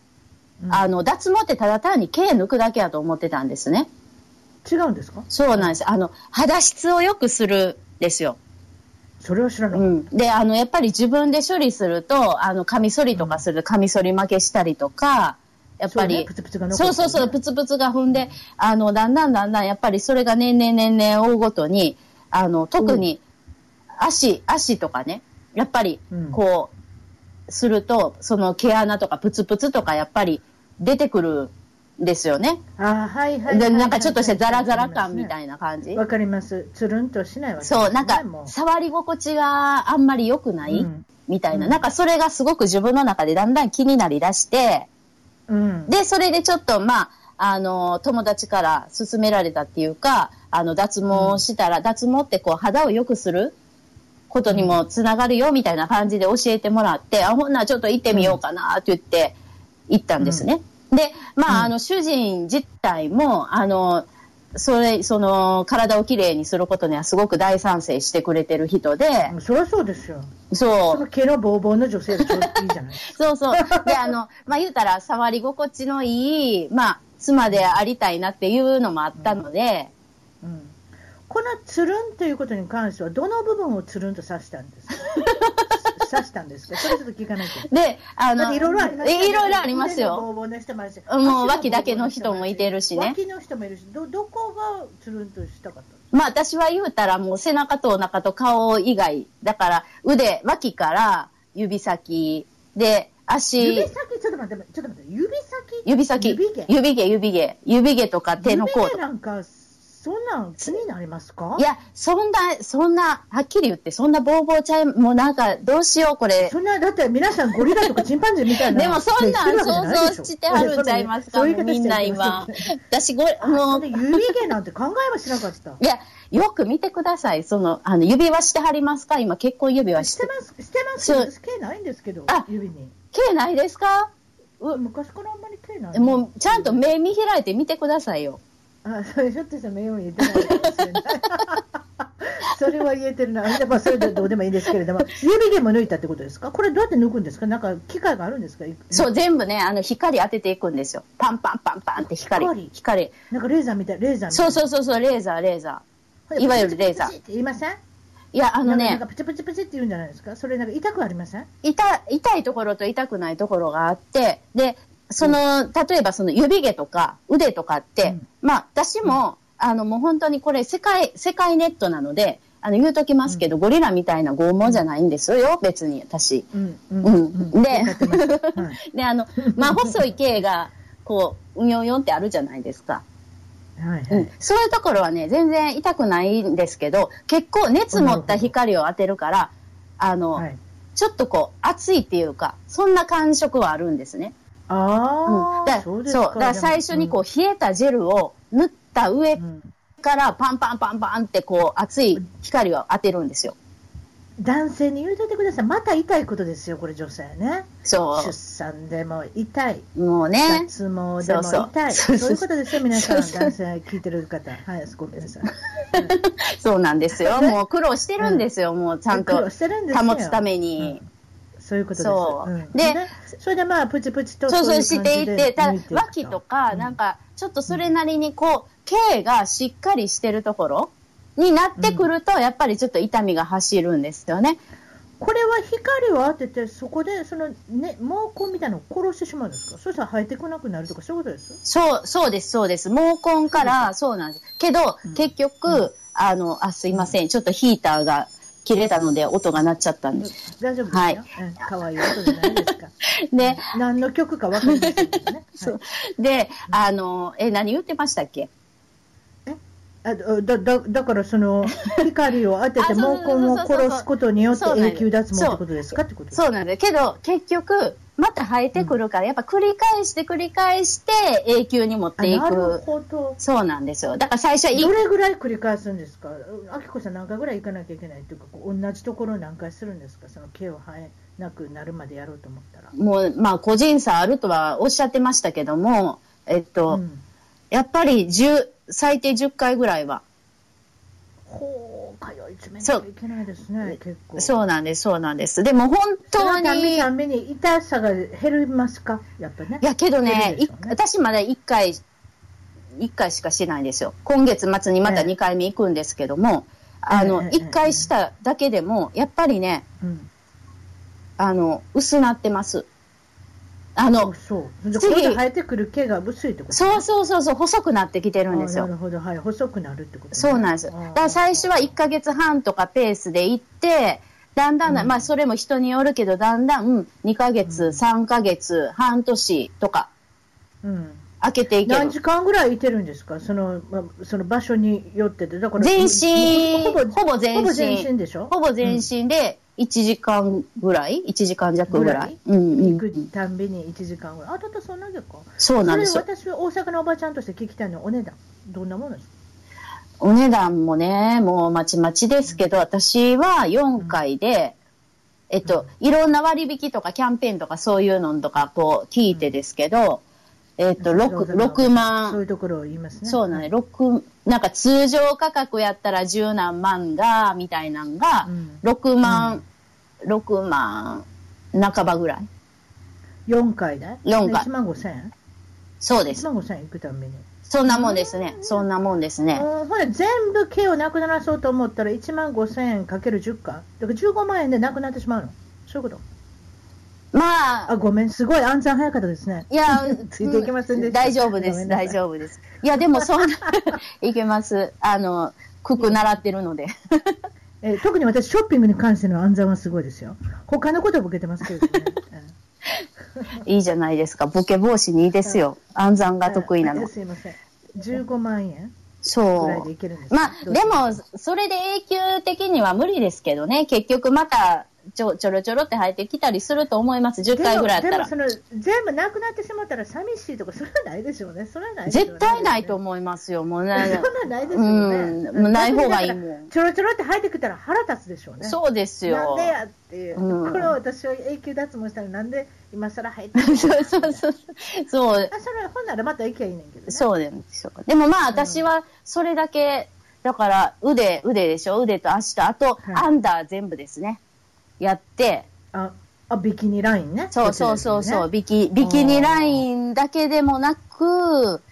[SPEAKER 1] うん
[SPEAKER 2] あの、脱毛ってただ単に毛抜くだけやと思ってたんですね。
[SPEAKER 1] 違うんですか
[SPEAKER 2] そうなんです。あの、肌質を良くするんですよ。
[SPEAKER 1] それは知らな
[SPEAKER 2] う
[SPEAKER 1] い。
[SPEAKER 2] ん。で、あの、やっぱり自分で処理すると、あの、カミソリとかすると、カミソリ負けしたりとか、やっぱ
[SPEAKER 1] そうね
[SPEAKER 2] り
[SPEAKER 1] プ、ツプツが残
[SPEAKER 2] そうそうそう、プツプツが踏んで、あの、だんだんだんだん、やっぱりそれが年々年々追うごとに、あの、特に、足、足とかね、やっぱり
[SPEAKER 1] うん
[SPEAKER 2] こう、すると、その毛穴とかプツプツとかやっぱり出てくるんですよね。
[SPEAKER 1] あはいはい
[SPEAKER 2] で、なんかちょっとしたザラザラ感み
[SPEAKER 1] い
[SPEAKER 2] たいな感じ。
[SPEAKER 1] わかります。つるんとしないわけですね
[SPEAKER 2] そう、なんか
[SPEAKER 1] も、
[SPEAKER 2] 触り心地があんまり良くな
[SPEAKER 1] う
[SPEAKER 2] い
[SPEAKER 1] ん
[SPEAKER 2] みたいな。
[SPEAKER 1] うん
[SPEAKER 2] なんかそれがすごく自分の中でだんだん気になりだして、
[SPEAKER 1] うん。
[SPEAKER 2] で、それでちょっと、まあ、あの、友達から勧められたっていうか、あの、脱毛をしたら、脱毛ってこう、肌を良くすることにもつながるよ、みたいな感じで教えてもらって、あ、ほんならちょっと行ってみようかな、って言って、行ったんですね。で、まあ、あの、主人自体も、あの、それ、その、体をきれいにすることにはすごく大賛成してくれてる人で、
[SPEAKER 1] そりゃそうですよ。
[SPEAKER 2] そ
[SPEAKER 1] そうの、毛のボーボーの女性がちょうどいいじゃないですか。
[SPEAKER 2] そうそう。で、あの、まあ、言うたら、触り心地のいい、まあ、妻でありたいなっていうのもあったので、
[SPEAKER 1] うんこのつるんということに関しては、どの部分をつるんと刺したん ですか刺したんですかそれちょっと聞かないと。
[SPEAKER 2] で、あ
[SPEAKER 1] だっ
[SPEAKER 2] の、
[SPEAKER 1] ていろいろありますよね
[SPEAKER 2] えいろいろあります
[SPEAKER 1] 腕のボ
[SPEAKER 2] よ。
[SPEAKER 1] ーボーの人もあるし
[SPEAKER 2] うんも
[SPEAKER 1] 足のボーボ
[SPEAKER 2] う
[SPEAKER 1] ーの人もあるし
[SPEAKER 2] 脇だけの人もいてるしね
[SPEAKER 1] 脇の人もいるし、ど、どこがつるんとしたかったんです
[SPEAKER 2] まあ、私は言うたら、もう背中とお腹と顔以外、だから、腕、脇から指先、で、
[SPEAKER 1] か
[SPEAKER 2] 足
[SPEAKER 1] 指、先、ちょっと待って、ちょっと待って、指先
[SPEAKER 2] 指先、
[SPEAKER 1] 指毛
[SPEAKER 2] 指毛、指毛、指毛とか手の甲
[SPEAKER 1] 指
[SPEAKER 2] と
[SPEAKER 1] 毛
[SPEAKER 2] か。
[SPEAKER 1] なんか、そんなん気になりますか
[SPEAKER 2] いや、そんな、そんな、はっきり言って、そんなボーボーちゃん、もうなんか、どうしよう、これ。
[SPEAKER 1] そんな、だって皆さんゴリラとかチンパンジーみたいな。
[SPEAKER 2] でもそんなん想像してはるんちゃいますか、
[SPEAKER 1] そうい
[SPEAKER 2] も
[SPEAKER 1] う方
[SPEAKER 2] うみ
[SPEAKER 1] し
[SPEAKER 2] ん
[SPEAKER 1] ち
[SPEAKER 2] な
[SPEAKER 1] ゃいます
[SPEAKER 2] 今。私ご、も
[SPEAKER 1] そうれ、指毛なんて考えはしなか った。
[SPEAKER 2] いや、よく見てください。その、あの、指輪してはりますか今、結婚指輪
[SPEAKER 1] し
[SPEAKER 2] してて。
[SPEAKER 1] ます、してま
[SPEAKER 2] そう
[SPEAKER 1] す。私毛ないんですけど
[SPEAKER 2] あ、
[SPEAKER 1] 指に。
[SPEAKER 2] 毛ないですか
[SPEAKER 1] 昔からあんまり毛ない。
[SPEAKER 2] もう、ちゃんと目見開いて見てくださいよ。
[SPEAKER 1] あ、それひょっとしたら目を入れてないかもしれない。 それは言えてるな。あでもそれでどうでもいいんですけれども、指毛も抜いたってことですかこれどうやって抜くんですかなんか機械があるんですか
[SPEAKER 2] そう、全部ね、あの、光当てていくんですよ。パンパンパンパンって光
[SPEAKER 1] 光。
[SPEAKER 2] 光。
[SPEAKER 1] なんかレーザーみたい、レーザーみたい
[SPEAKER 2] そう
[SPEAKER 1] な。
[SPEAKER 2] そうそうそう、レーザー、レーザ
[SPEAKER 1] う
[SPEAKER 2] いわゆるレーザー
[SPEAKER 1] 言いません
[SPEAKER 2] ー。いや、あの
[SPEAKER 1] なん
[SPEAKER 2] ね
[SPEAKER 1] か、プチプチプチって言うんじゃないですかそれなんか痛くありません
[SPEAKER 2] 痛、痛いところと痛くないところがあって、で、その、例えばその指毛とか腕とかって、
[SPEAKER 1] うん
[SPEAKER 2] まあ私も、あのもう本当にこれ世界、世界ネットなので、あの言うときますけど、ゴリラみたいな拷問じゃないんですよ、別に私。
[SPEAKER 1] うんう
[SPEAKER 2] うんで
[SPEAKER 1] わかってますはい
[SPEAKER 2] で、あの、まあ細い毛が、こう、うにょうにょんってあるじゃないですか。
[SPEAKER 1] はいは
[SPEAKER 2] う
[SPEAKER 1] い
[SPEAKER 2] ん。そういうところはね、全然痛くないんですけど、結構熱持った光を当てるから、あの、
[SPEAKER 1] はい
[SPEAKER 2] ちょっとこう、熱いっていうか、そんな感触はあるんですね。う
[SPEAKER 1] ああ、
[SPEAKER 2] ん、だ
[SPEAKER 1] そ
[SPEAKER 2] そうう
[SPEAKER 1] ですか。
[SPEAKER 2] だから最初にこう冷えたジェルを塗った上
[SPEAKER 1] うん、うん
[SPEAKER 2] からパンパンパンパンってこう熱い光を当てるんですよ。
[SPEAKER 1] 男性に言うといてください。また痛いことですよ、これ女性ね。
[SPEAKER 2] そ
[SPEAKER 1] 出産でも痛い。
[SPEAKER 2] う。もうね。
[SPEAKER 1] 脱毛でも痛い。
[SPEAKER 2] そ
[SPEAKER 1] そう
[SPEAKER 2] そう
[SPEAKER 1] ういうことですよ、皆さん。
[SPEAKER 2] そうそう
[SPEAKER 1] 男性聞いてる方。はい、ごめんなさい。
[SPEAKER 2] そうなんですよ。もう苦労してるんですよ。もうちゃん
[SPEAKER 1] 苦
[SPEAKER 2] と
[SPEAKER 1] 労してるんですよ
[SPEAKER 2] 保つために。
[SPEAKER 1] そういうことです。
[SPEAKER 2] そう
[SPEAKER 1] うん
[SPEAKER 2] で
[SPEAKER 1] ねそれでまあ、プチプチと
[SPEAKER 2] そうそう
[SPEAKER 1] い
[SPEAKER 2] し
[SPEAKER 1] 感
[SPEAKER 2] て
[SPEAKER 1] じ
[SPEAKER 2] い
[SPEAKER 1] で
[SPEAKER 2] って、た
[SPEAKER 1] 抜
[SPEAKER 2] だ
[SPEAKER 1] いていく
[SPEAKER 2] 脇とか、
[SPEAKER 1] うん
[SPEAKER 2] なんか、ちょっとそれなりにこう、毛がしっかりしてるところになってくると、やっぱりちょっと痛みが走るんですよね。
[SPEAKER 1] これは光を当てて、そこでその、ね、毛根みたいなのを殺してしまうんですか、そしたら生えてこなくなるとか、そういうことです
[SPEAKER 2] そう、そうです、そうです。毛根から、そうなんです。けど、
[SPEAKER 1] うん
[SPEAKER 2] 結局、
[SPEAKER 1] う
[SPEAKER 2] あの、あ、すいません。ちょっとヒーターが切れたので、音が鳴っちゃったんです。
[SPEAKER 1] 大丈夫ですよ、
[SPEAKER 2] は
[SPEAKER 1] はいいうん、かわいい音じゃないです か、
[SPEAKER 2] で、
[SPEAKER 1] 何の曲かわかりませんけどね、
[SPEAKER 2] そ
[SPEAKER 1] そうう
[SPEAKER 2] で、あの、え、何言ってましたっけ
[SPEAKER 1] あだだだから、その光を当て
[SPEAKER 2] あそ
[SPEAKER 1] て、
[SPEAKER 2] うそう
[SPEAKER 1] 毛
[SPEAKER 2] そう
[SPEAKER 1] 根を殺すことによって
[SPEAKER 2] そうなんで
[SPEAKER 1] 永
[SPEAKER 2] す
[SPEAKER 1] 久脱毛ってことですかってことです
[SPEAKER 2] そうなんです。けど、結局、また生えてくるから、やっぱ繰り返して繰り返して、永久に持っ
[SPEAKER 1] あ
[SPEAKER 2] てい
[SPEAKER 1] なる
[SPEAKER 2] く。
[SPEAKER 1] ほど、
[SPEAKER 2] そうなんですよ。だから最初はいい
[SPEAKER 1] どれぐらい繰り返すんですか、あきこさん、何回ぐらい行かなきゃいけないというか、こう同じところを何回するんですか、その毛を生えなくなるまでやろうと思ったら。
[SPEAKER 2] もう、まあ、個人差あるとはおっしゃってましたけども、えっと、
[SPEAKER 1] うん
[SPEAKER 2] やっぱり10、最低10回ぐらいは
[SPEAKER 1] ほう、通い詰めなきゃいけないですね、結構。う。
[SPEAKER 2] そうなんです、そうなんです。でも本当
[SPEAKER 1] ため
[SPEAKER 2] に、い
[SPEAKER 1] にために痛さが減りますか、やっぱね。
[SPEAKER 2] やけど
[SPEAKER 1] 減る
[SPEAKER 2] ね、
[SPEAKER 1] で
[SPEAKER 2] い
[SPEAKER 1] しょうね
[SPEAKER 2] 私まだ1回、一回しかしてないんですよ。今月末にまた
[SPEAKER 1] ええ
[SPEAKER 2] 2回目行くんですけども、あの、
[SPEAKER 1] ええええ
[SPEAKER 2] 1回しただけでも、やっぱりね、
[SPEAKER 1] うん。
[SPEAKER 2] あの、薄なってます。あ
[SPEAKER 1] そ
[SPEAKER 2] の
[SPEAKER 1] う、そう。で、こ
[SPEAKER 2] 次
[SPEAKER 1] こで生えてくる毛が薄いってこと
[SPEAKER 2] そうそうそうそう、細くなってきてるんです
[SPEAKER 1] あな
[SPEAKER 2] よ。
[SPEAKER 1] るほど、はい。細くなるってことね、
[SPEAKER 2] そうなんです。だ
[SPEAKER 1] あー
[SPEAKER 2] から最初は1ヶ月半とかペースで行って、だんだんな、
[SPEAKER 1] うん
[SPEAKER 2] まあそれも人によるけど、だんだん2ヶ月、
[SPEAKER 1] うん
[SPEAKER 2] 3ヶ月、半年とか、
[SPEAKER 1] うん、
[SPEAKER 2] 開けていけ
[SPEAKER 1] 何
[SPEAKER 2] る。
[SPEAKER 1] 時間ぐらいいてるんですか、その,、まあ、その場所によってで、だから
[SPEAKER 2] 全身
[SPEAKER 1] ほぼ
[SPEAKER 2] ほぼ
[SPEAKER 1] ほ
[SPEAKER 2] 全身
[SPEAKER 1] ぼ全身でしょ、
[SPEAKER 2] ほぼ全身で1時間ぐらい ?1 時間弱ぐらいうん
[SPEAKER 1] 行
[SPEAKER 2] うんう
[SPEAKER 1] く
[SPEAKER 2] ん。
[SPEAKER 1] たんびに1時間ぐらい、あたたそんなでか、
[SPEAKER 2] そうなんです
[SPEAKER 1] そ
[SPEAKER 2] よ。
[SPEAKER 1] れ私は大阪のおばちゃんとして聞きたいのはお値段、どんなものですか、
[SPEAKER 2] お値段もね、もうまちまちですけど、私は4回で、えっと、いろんな割引とかキャンペーンとかそういうのとかこう聞いてですけど、えっと、6、6
[SPEAKER 1] そうい
[SPEAKER 2] 万、
[SPEAKER 1] うところを言いますね、
[SPEAKER 2] そうなんね、六なんか通常価格やったら十何万が、みたいなんが
[SPEAKER 1] う、ん
[SPEAKER 2] 6万、6万半ばぐらい。
[SPEAKER 1] 4回だ、
[SPEAKER 2] 四回
[SPEAKER 1] 1万5000円、
[SPEAKER 2] そうで
[SPEAKER 1] 1
[SPEAKER 2] す。
[SPEAKER 1] 万5000円行くたんびに、
[SPEAKER 2] そんなもんですね。そんなもんですね。
[SPEAKER 1] うんほら全部毛をなくならそうと思ったら1万5000円かける10回、だから15万円でなくなってしまうの、そういうこと。
[SPEAKER 2] まあ
[SPEAKER 1] あ、、ごめん、すごい暗算早かったですね。、
[SPEAKER 2] いや
[SPEAKER 1] ついていけませんでした
[SPEAKER 2] 大丈夫で
[SPEAKER 1] ごめ
[SPEAKER 2] す、
[SPEAKER 1] んなさい
[SPEAKER 2] 大丈夫です。いや、でもそんな、 いけます。あの、クク習ってるので。
[SPEAKER 1] えー特に私、ショッピングに関しての暗算はすごいですよ。他のことはボケてますけど ね。
[SPEAKER 2] いいじゃないですか。ボケ防止にいいですよ。暗算が得意な
[SPEAKER 1] うん
[SPEAKER 2] の。
[SPEAKER 1] すいません。15万円ぐらい
[SPEAKER 2] そ。
[SPEAKER 1] でいうけるんです
[SPEAKER 2] まあ、
[SPEAKER 1] どう
[SPEAKER 2] で
[SPEAKER 1] し
[SPEAKER 2] も
[SPEAKER 1] ます、
[SPEAKER 2] それで永久的には無理ですけどね。結局また、ちょ、ちょろちょろって入ってきたりすると思います。10回ぐらいやったら
[SPEAKER 1] で。も、でもその全部なくなってしまったら寂しいとか、それはないでしょうね。それはないでしょうね。
[SPEAKER 2] 絶対ないと思いますよ。もう ね
[SPEAKER 1] そんなんないです
[SPEAKER 2] う
[SPEAKER 1] よね。
[SPEAKER 2] ん。もうない方がいい
[SPEAKER 1] だか
[SPEAKER 2] もん
[SPEAKER 1] ら。ちょろちょろって入ってきたら腹立つでしょうね。
[SPEAKER 2] そうです
[SPEAKER 1] な
[SPEAKER 2] よ
[SPEAKER 1] ん。でやっていう、
[SPEAKER 2] うん
[SPEAKER 1] これを私は永久脱毛したらなんで今更入ってる
[SPEAKER 2] そうそうそう。そ
[SPEAKER 1] あ
[SPEAKER 2] う。
[SPEAKER 1] それほんならまた行きゃいいねんけど、ね、
[SPEAKER 2] そうなんですよ。でもまあ私はそれだけ、だから腕、腕でしょ腕と足と、あと
[SPEAKER 1] はい
[SPEAKER 2] アンダー全部ですね。やって、
[SPEAKER 1] ああビキニラインね
[SPEAKER 2] そうそうそうそう、
[SPEAKER 1] ビ
[SPEAKER 2] ビキ、ビキニラインだけでもなく、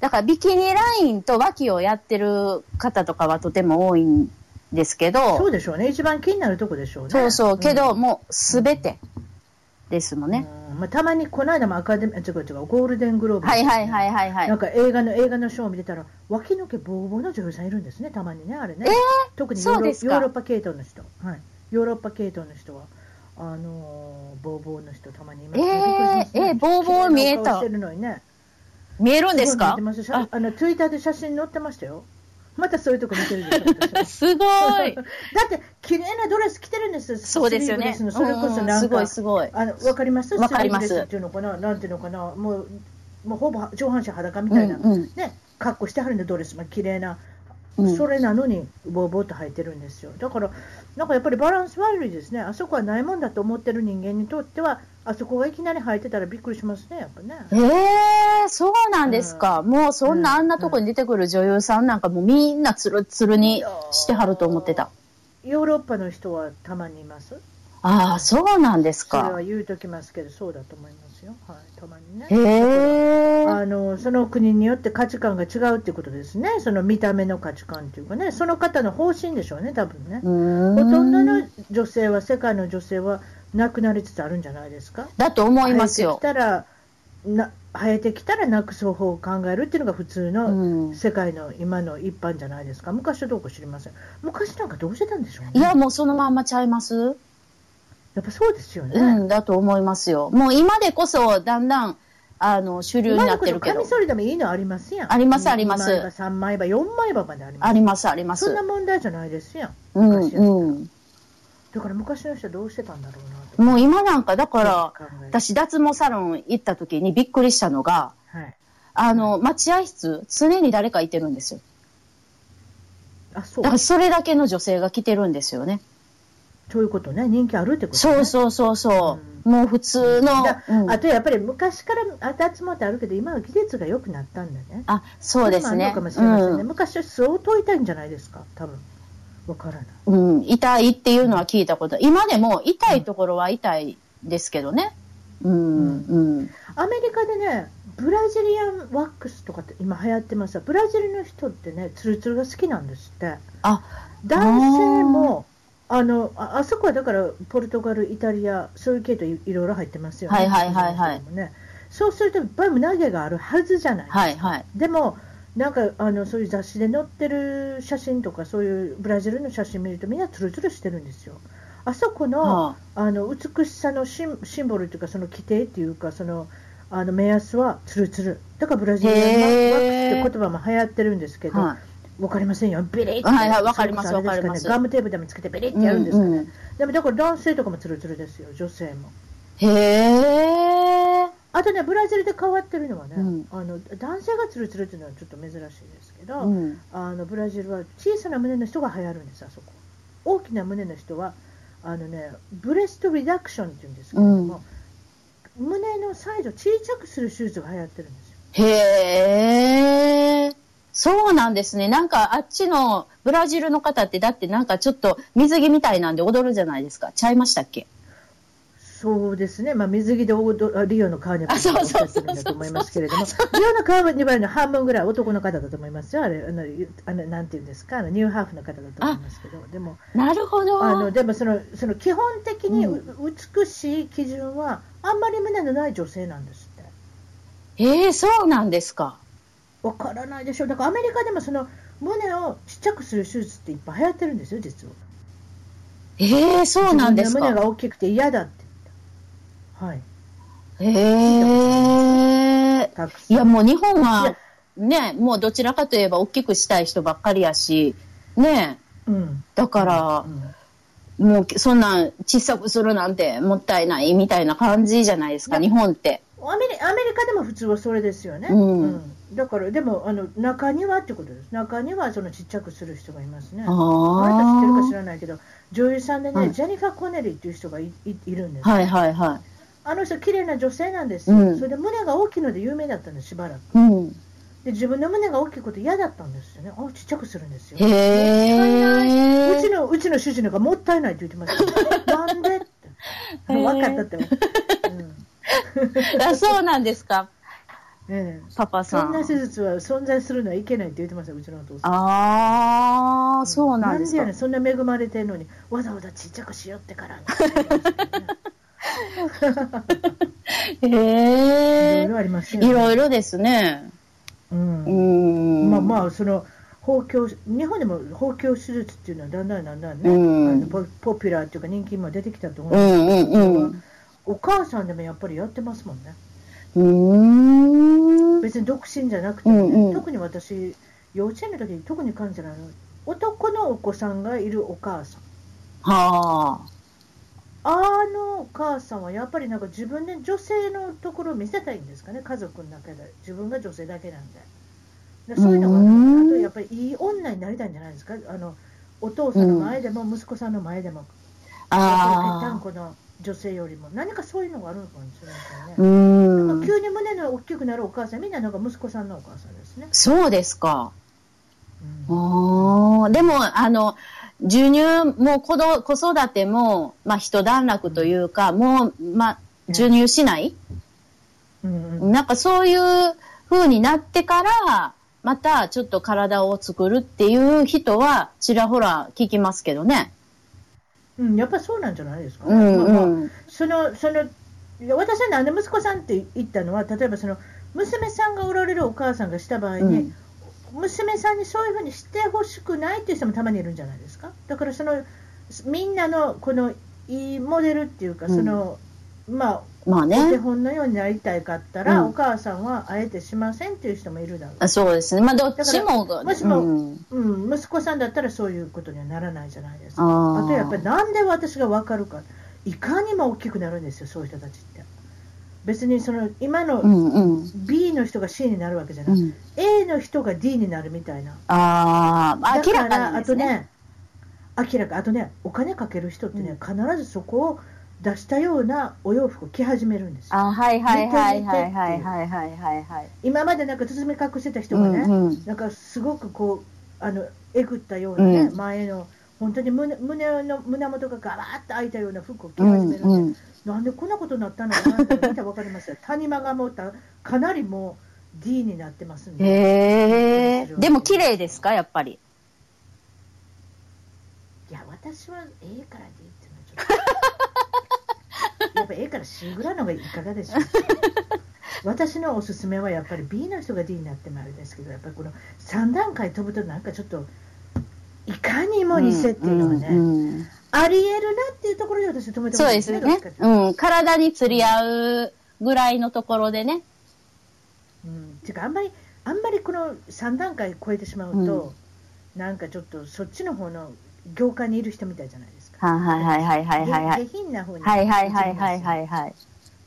[SPEAKER 2] だからビキニラインと脇をやってる方とかはとても多いんですけ
[SPEAKER 1] キニそ
[SPEAKER 2] ど、
[SPEAKER 1] うでしょうね一番気になるとこでしょうね
[SPEAKER 2] そうそう、けど
[SPEAKER 1] ん
[SPEAKER 2] もうすべてですもんね。
[SPEAKER 1] うんまあ、たまにこの間もアカデミーあ違う違うゴールデングローブ、
[SPEAKER 2] はいはいはい
[SPEAKER 1] い
[SPEAKER 2] はいはい
[SPEAKER 1] なん。か映画の映画のショーを見てたら脇の毛ボーボーの女優さんいるんですねたまにねあれね、
[SPEAKER 2] えー
[SPEAKER 1] 特にヨー
[SPEAKER 2] そう
[SPEAKER 1] ロ
[SPEAKER 2] です
[SPEAKER 1] ヨ
[SPEAKER 2] か
[SPEAKER 1] ーロッパ系統の人はいヨーロッパ系統の人はあのー、ボーボーの人たまにいますね
[SPEAKER 2] えー
[SPEAKER 1] びっくりしますね
[SPEAKER 2] えーボーボー見えた
[SPEAKER 1] 綺麗なお顔してるのにね
[SPEAKER 2] 見えるんです
[SPEAKER 1] ごい
[SPEAKER 2] か
[SPEAKER 1] 見てます写あのツイッターで写真載ってましたよ。またそういうとこ見てるでしょ。 私
[SPEAKER 2] すご い
[SPEAKER 1] だって綺麗なドレス着てるんです。
[SPEAKER 2] そうですよね。
[SPEAKER 1] スリーブレスのそれこそ
[SPEAKER 2] うん
[SPEAKER 1] なん
[SPEAKER 2] すご
[SPEAKER 1] か
[SPEAKER 2] いすごい。
[SPEAKER 1] あのわかります。
[SPEAKER 2] わかります
[SPEAKER 1] スリーブレスっていうのかな、なんていうのかな、もうもうほぼ上半身裸み
[SPEAKER 2] う
[SPEAKER 1] たいな、
[SPEAKER 2] んうん。
[SPEAKER 1] ね格好してはるんでドレス、まあ綺麗な。
[SPEAKER 2] うん
[SPEAKER 1] それなのにボーボーと履いてるんですよだからなんかやっぱりバランス悪いですねあそこはないもんだと思ってる人間にとってはあそこがいきなり履いてたらびっくりしますねやっぱね
[SPEAKER 2] ええそうなんですか。もうそんなあんなとこに出てくる女優さんなんかもうみんなツルツルにしてはると思ってた。
[SPEAKER 1] ヨーロッパの人はたまにいます
[SPEAKER 2] ああ、そうなんです
[SPEAKER 1] それ
[SPEAKER 2] か
[SPEAKER 1] は。言うときますけど、そうだと思いますよ。はい、たまにね
[SPEAKER 2] へ。え
[SPEAKER 1] あのその国によって価値観が違うってことですね、その見た目の価値観というかね、その方の方針でしょうね、多分ね。
[SPEAKER 2] うーん
[SPEAKER 1] ほとんどの女性は、世界の女性はなくなりつつあるんじゃないですか。
[SPEAKER 2] だと思いますよ。
[SPEAKER 1] 生えてきたらな生えてきたらなくす方法を考えるっていうのが普通
[SPEAKER 2] う
[SPEAKER 1] の
[SPEAKER 2] ん。
[SPEAKER 1] 世界の今の一般じゃないですか、昔はどうか知りません、昔なんかどうしてたんでしょうね、
[SPEAKER 2] いや、もうそのまんまちゃいます
[SPEAKER 1] やっぱそうですよね。
[SPEAKER 2] うん、だと思いますよ。もう今でこそだんだん、あの、主流に
[SPEAKER 1] 今
[SPEAKER 2] な
[SPEAKER 1] の
[SPEAKER 2] っ
[SPEAKER 1] こ
[SPEAKER 2] て
[SPEAKER 1] と
[SPEAKER 2] るけ
[SPEAKER 1] カミ
[SPEAKER 2] ど。
[SPEAKER 1] ソリでもいいのありますやん。
[SPEAKER 2] ありますあります
[SPEAKER 1] 2枚刃、3枚刃、4枚刃まであります。
[SPEAKER 2] あります、ありま
[SPEAKER 1] そん
[SPEAKER 2] す
[SPEAKER 1] な。問題じゃないですやん。
[SPEAKER 2] うん、うん。
[SPEAKER 1] だから昔の人はどうしてたんだろうなと。
[SPEAKER 2] もう今なんかだから、
[SPEAKER 1] 考えて
[SPEAKER 2] 私脱毛サロン行った時にびっくりしたのが、
[SPEAKER 1] はい。
[SPEAKER 2] あの、待合室、常に誰かいてるんですよ。
[SPEAKER 1] あ、そ
[SPEAKER 2] だ
[SPEAKER 1] う
[SPEAKER 2] か。らそれだけの女性が来てるんですよね。
[SPEAKER 1] そういうことね。人気あるってこと、ね、
[SPEAKER 2] そうそうそうそう。もう普通の、
[SPEAKER 1] だ
[SPEAKER 2] うん
[SPEAKER 1] あとやっぱり昔から脱毛ってあるけど、今は技術が良くなったんだね。
[SPEAKER 2] あ、そうですね
[SPEAKER 1] 今。もあるのかもし
[SPEAKER 2] う
[SPEAKER 1] れませんね。
[SPEAKER 2] ん
[SPEAKER 1] 昔は相当痛いんじゃないですか、多分。わからない。
[SPEAKER 2] うん。痛いっていうのは聞いたこと。今でも痛いところは痛いですけどね。うん、うん。
[SPEAKER 1] アメリカでね、ブラジリアンワックスとかって今流行ってますわブラジルの人ってね、ツルツルが好きなんですって。
[SPEAKER 2] あ
[SPEAKER 1] 男性も、あのああそこはだから、ポルトガル、イタリア、そういう系統いいろいろ入ってますよね。
[SPEAKER 2] はいはいはいはい
[SPEAKER 1] イタリアもね、そうすると、やっぱり胸毛があるはずじゃない。
[SPEAKER 2] はいはい。
[SPEAKER 1] でも、なんかあのそういう雑誌で載ってる写真とか、そういうブラジルの写真見ると、みんなツルツルしてるんですよ。あそこの,、
[SPEAKER 2] は
[SPEAKER 1] あの美しさのシンシンボルというかその規定というかそのあの目安はツルツルだからブラジルのワ
[SPEAKER 2] へ
[SPEAKER 1] ック
[SPEAKER 2] ー
[SPEAKER 1] スって言葉も流行ってるんですけ
[SPEAKER 2] い
[SPEAKER 1] ど、
[SPEAKER 2] は
[SPEAKER 1] わかりませんよビリッて
[SPEAKER 2] はいはいわかります
[SPEAKER 1] それこそあれで
[SPEAKER 2] わかります
[SPEAKER 1] ね、ガムテープでもつけてビリッ
[SPEAKER 2] い。
[SPEAKER 1] てやるんですかね、
[SPEAKER 2] うんうん
[SPEAKER 1] でもだから男性とかもツルツルですよ女性も
[SPEAKER 2] へえ。
[SPEAKER 1] あとねブラジルで変わってるのはね、
[SPEAKER 2] うん
[SPEAKER 1] あの男性がツルツルっていうのはちょっと珍しいですけど、
[SPEAKER 2] うん。
[SPEAKER 1] あのブラジルは小さな胸の人が流行るんですあそこ大きな胸の人はあのねブレストリダクションって言うんですけれども、胸のサイズを小さくする手術が流行ってるんですよ
[SPEAKER 2] へえ。そうなんですね。なんかあっちのブラジルの方ってだってなんかちょっと水着みたいなんで踊るじゃないですか。ちゃいましたっけ
[SPEAKER 1] そうですね、まあ、水着で踊るあリオのカーニバル
[SPEAKER 2] あそうそう
[SPEAKER 1] ってるんだと思いますけれども、リオのカーニバルの半分ぐらいは男の方だと思いますよ、あれ、あのあのなんていうんですか、あのニューハーフの方だと思いますけど、でも、
[SPEAKER 2] なるほど。
[SPEAKER 1] あのでもそのその基本的にう美しい基準は、あんまり胸のない女性なんですって。
[SPEAKER 2] へえ、そうなんですか。
[SPEAKER 1] わからないでしょう。だからアメリカでもその胸をちっちゃくする手術っていっぱい流行ってるんですよ、実は。
[SPEAKER 2] へえ、そうなんです
[SPEAKER 1] 自分の胸
[SPEAKER 2] か。
[SPEAKER 1] が大きくて嫌だって言った。はい。
[SPEAKER 2] へえ。
[SPEAKER 1] たくさん
[SPEAKER 2] いや、もう日本
[SPEAKER 1] い
[SPEAKER 2] は
[SPEAKER 1] や、
[SPEAKER 2] ね、もうどちらかといえば大きくしたい人ばっかりやし、ね、
[SPEAKER 1] うん。
[SPEAKER 2] だから
[SPEAKER 1] う、ん
[SPEAKER 2] もうそんなん小さくするなんてもったいないみたいな感じじゃないですか、
[SPEAKER 1] ね
[SPEAKER 2] 日本って。
[SPEAKER 1] アメリアメリカでも普通はそれですよね、
[SPEAKER 2] うん
[SPEAKER 1] だからでもあの中にはってことです中にはそのちっちゃくする人がいますね
[SPEAKER 2] あ
[SPEAKER 1] あなた知ってるか知
[SPEAKER 2] あ。
[SPEAKER 1] らないけど女優さんでね、
[SPEAKER 2] はい
[SPEAKER 1] ジェニファー・コネリーっていう人がいいいるんです、
[SPEAKER 2] はいはいは
[SPEAKER 1] あの人綺麗な女性なんですよ、
[SPEAKER 2] うん
[SPEAKER 1] それで胸が大きいので有名だったんですしばらく
[SPEAKER 2] い。うん。
[SPEAKER 1] で自分の胸が大きいこと嫌だったんですよねあちっちゃくするんですよ
[SPEAKER 2] へ
[SPEAKER 1] うち
[SPEAKER 2] え。
[SPEAKER 1] のうちの主人のがもったいないって言ってました よなんでって
[SPEAKER 2] へー
[SPEAKER 1] 分かったって、うん
[SPEAKER 2] あそうなんですか、
[SPEAKER 1] ええ
[SPEAKER 2] パパさ
[SPEAKER 1] そん
[SPEAKER 2] ん。
[SPEAKER 1] な手術は存在するのはいけないって言ってましたよ、うちのお父さん。
[SPEAKER 2] ああ、そうなんです
[SPEAKER 1] や
[SPEAKER 2] か
[SPEAKER 1] ねん。そんな恵まれてるのに、わざわざちっちゃくしよってからね。
[SPEAKER 2] へ
[SPEAKER 1] いろい
[SPEAKER 2] え
[SPEAKER 1] ろ。ありますよ、ね。
[SPEAKER 2] いろいろですね。
[SPEAKER 1] う。
[SPEAKER 2] うんん。
[SPEAKER 1] まあまあ、その、包協、日本でも包協手術っていうのはだんだんだんだんね、
[SPEAKER 2] うん
[SPEAKER 1] あのポポピュラーっていうか人気も出てきたと思う
[SPEAKER 2] うん
[SPEAKER 1] で
[SPEAKER 2] んうん
[SPEAKER 1] すけど、お母さんでもやっぱりやってますもんね。
[SPEAKER 2] うん。うーん。
[SPEAKER 1] 別に独身じゃなくてもね、
[SPEAKER 2] うんうん
[SPEAKER 1] 特に私、幼稚園の時に特に感じたのは、男のお子さんがいるお母さん。
[SPEAKER 2] はあ。
[SPEAKER 1] あのお母さんはやっぱりなんか自分で女性のところを見せたいんですかね、家族の中で、自分が女性だけなんで、でそういうのがあるのか
[SPEAKER 2] うーん
[SPEAKER 1] なあとやっぱりいい女になりたいんじゃないですか、あのお父さんの前でも息子さんの前でも、やっぱりぺったん
[SPEAKER 2] ああ。
[SPEAKER 1] この女性よりも、何かそういうのがあるのかもしれないですよ
[SPEAKER 2] う
[SPEAKER 1] ね。
[SPEAKER 2] ーん。
[SPEAKER 1] 急に胸の大きくなるお母さん、みんななんか息子さんのお母さんですね。
[SPEAKER 2] そうですか。
[SPEAKER 1] うん
[SPEAKER 2] おーでも、あの、授乳も子ど子育ても、まあ、一段落というか、もう、まあ、授乳しない、
[SPEAKER 1] うんうん
[SPEAKER 2] なんかそういう風になってから、またちょっと体を作るっていう人は、ちらほら聞きますけどね。
[SPEAKER 1] うん、やっぱそうなんじゃないですか、ね
[SPEAKER 2] う
[SPEAKER 1] ま
[SPEAKER 2] ん
[SPEAKER 1] あまあ
[SPEAKER 2] うん。
[SPEAKER 1] そのそのいや私はなんで息子さんって言ったのは例えばその娘さんがおられるお母さんがした場合
[SPEAKER 2] う
[SPEAKER 1] に
[SPEAKER 2] ん、
[SPEAKER 1] 娘さんにそういうふうにしてほしくないっていう人もたまにいるんじゃないですかだからそのみんなのこのいいモデルっていうか
[SPEAKER 2] うん
[SPEAKER 1] その、ま
[SPEAKER 2] まあ
[SPEAKER 1] あお手
[SPEAKER 2] ね。
[SPEAKER 1] 本のようになりたいかったら、
[SPEAKER 2] うん
[SPEAKER 1] お母さんはあえてしませんっていう人もいるだろう
[SPEAKER 2] あそうですね。まあ、どっちも、
[SPEAKER 1] らもしも
[SPEAKER 2] うん、
[SPEAKER 1] うん、息子さんだったらそういうことにはならないじゃないですか。
[SPEAKER 2] あー
[SPEAKER 1] あとやっぱりなんで私が分かるか、いかにも大きくなるんですよ、そういう人たちって。別にその今
[SPEAKER 2] う
[SPEAKER 1] の
[SPEAKER 2] んうん。
[SPEAKER 1] B の人が C になるわけじゃ
[SPEAKER 2] う
[SPEAKER 1] ない、
[SPEAKER 2] ん、
[SPEAKER 1] A の人が D になるみたいな。
[SPEAKER 2] ああ、明らかに
[SPEAKER 1] あ
[SPEAKER 2] です
[SPEAKER 1] と
[SPEAKER 2] ね。
[SPEAKER 1] ね、明らか、あとね、お金かける人ってね、必ずそこを出したようなお洋服を着始めるんですよ。
[SPEAKER 2] あはいはいはいはいはいはいはいはいはい。
[SPEAKER 1] 今までなんか包み隠してた人
[SPEAKER 2] う
[SPEAKER 1] がね、
[SPEAKER 2] んうん。
[SPEAKER 1] なんかすごくこうあのえぐったような、ね
[SPEAKER 2] うん
[SPEAKER 1] 前の本当に胸胸の胸元がガバッと開いたような服を着
[SPEAKER 2] う
[SPEAKER 1] 始める
[SPEAKER 2] ん
[SPEAKER 1] んで、
[SPEAKER 2] うん。
[SPEAKER 1] なんでこんなことになったのかなって見たらわかります よ谷間がもうたかなりもう D になってますんで、
[SPEAKER 2] へえ。でも綺麗ですかやっぱり。
[SPEAKER 1] いや私は A から D っていうのはちょっと やっぱ A から C ぐらいのがいかがでしょうか 私のおすすめはやっぱり B の人が D になってもあれですけどやっぱりこの3段階飛ぶとなんかちょっといかにも偽っていうのはね、
[SPEAKER 2] うんうん
[SPEAKER 1] ありえるなっていうところで私は止めて
[SPEAKER 2] そ
[SPEAKER 1] も
[SPEAKER 2] う
[SPEAKER 1] ら
[SPEAKER 2] で
[SPEAKER 1] ん
[SPEAKER 2] す
[SPEAKER 1] どっ
[SPEAKER 2] ね
[SPEAKER 1] ちかって。いうと
[SPEAKER 2] うん。体に釣り合うぐらいのところでね。
[SPEAKER 1] うん、ていうかあんまりあんまりこの3段階超えてしまうと、なんかちょっとそっちの方の業界にいる人みたいじゃないですか。
[SPEAKER 2] はいはいはいはいはいはいは
[SPEAKER 1] 下
[SPEAKER 2] い。
[SPEAKER 1] 下品な方に
[SPEAKER 2] はいはいはいはいはいはい。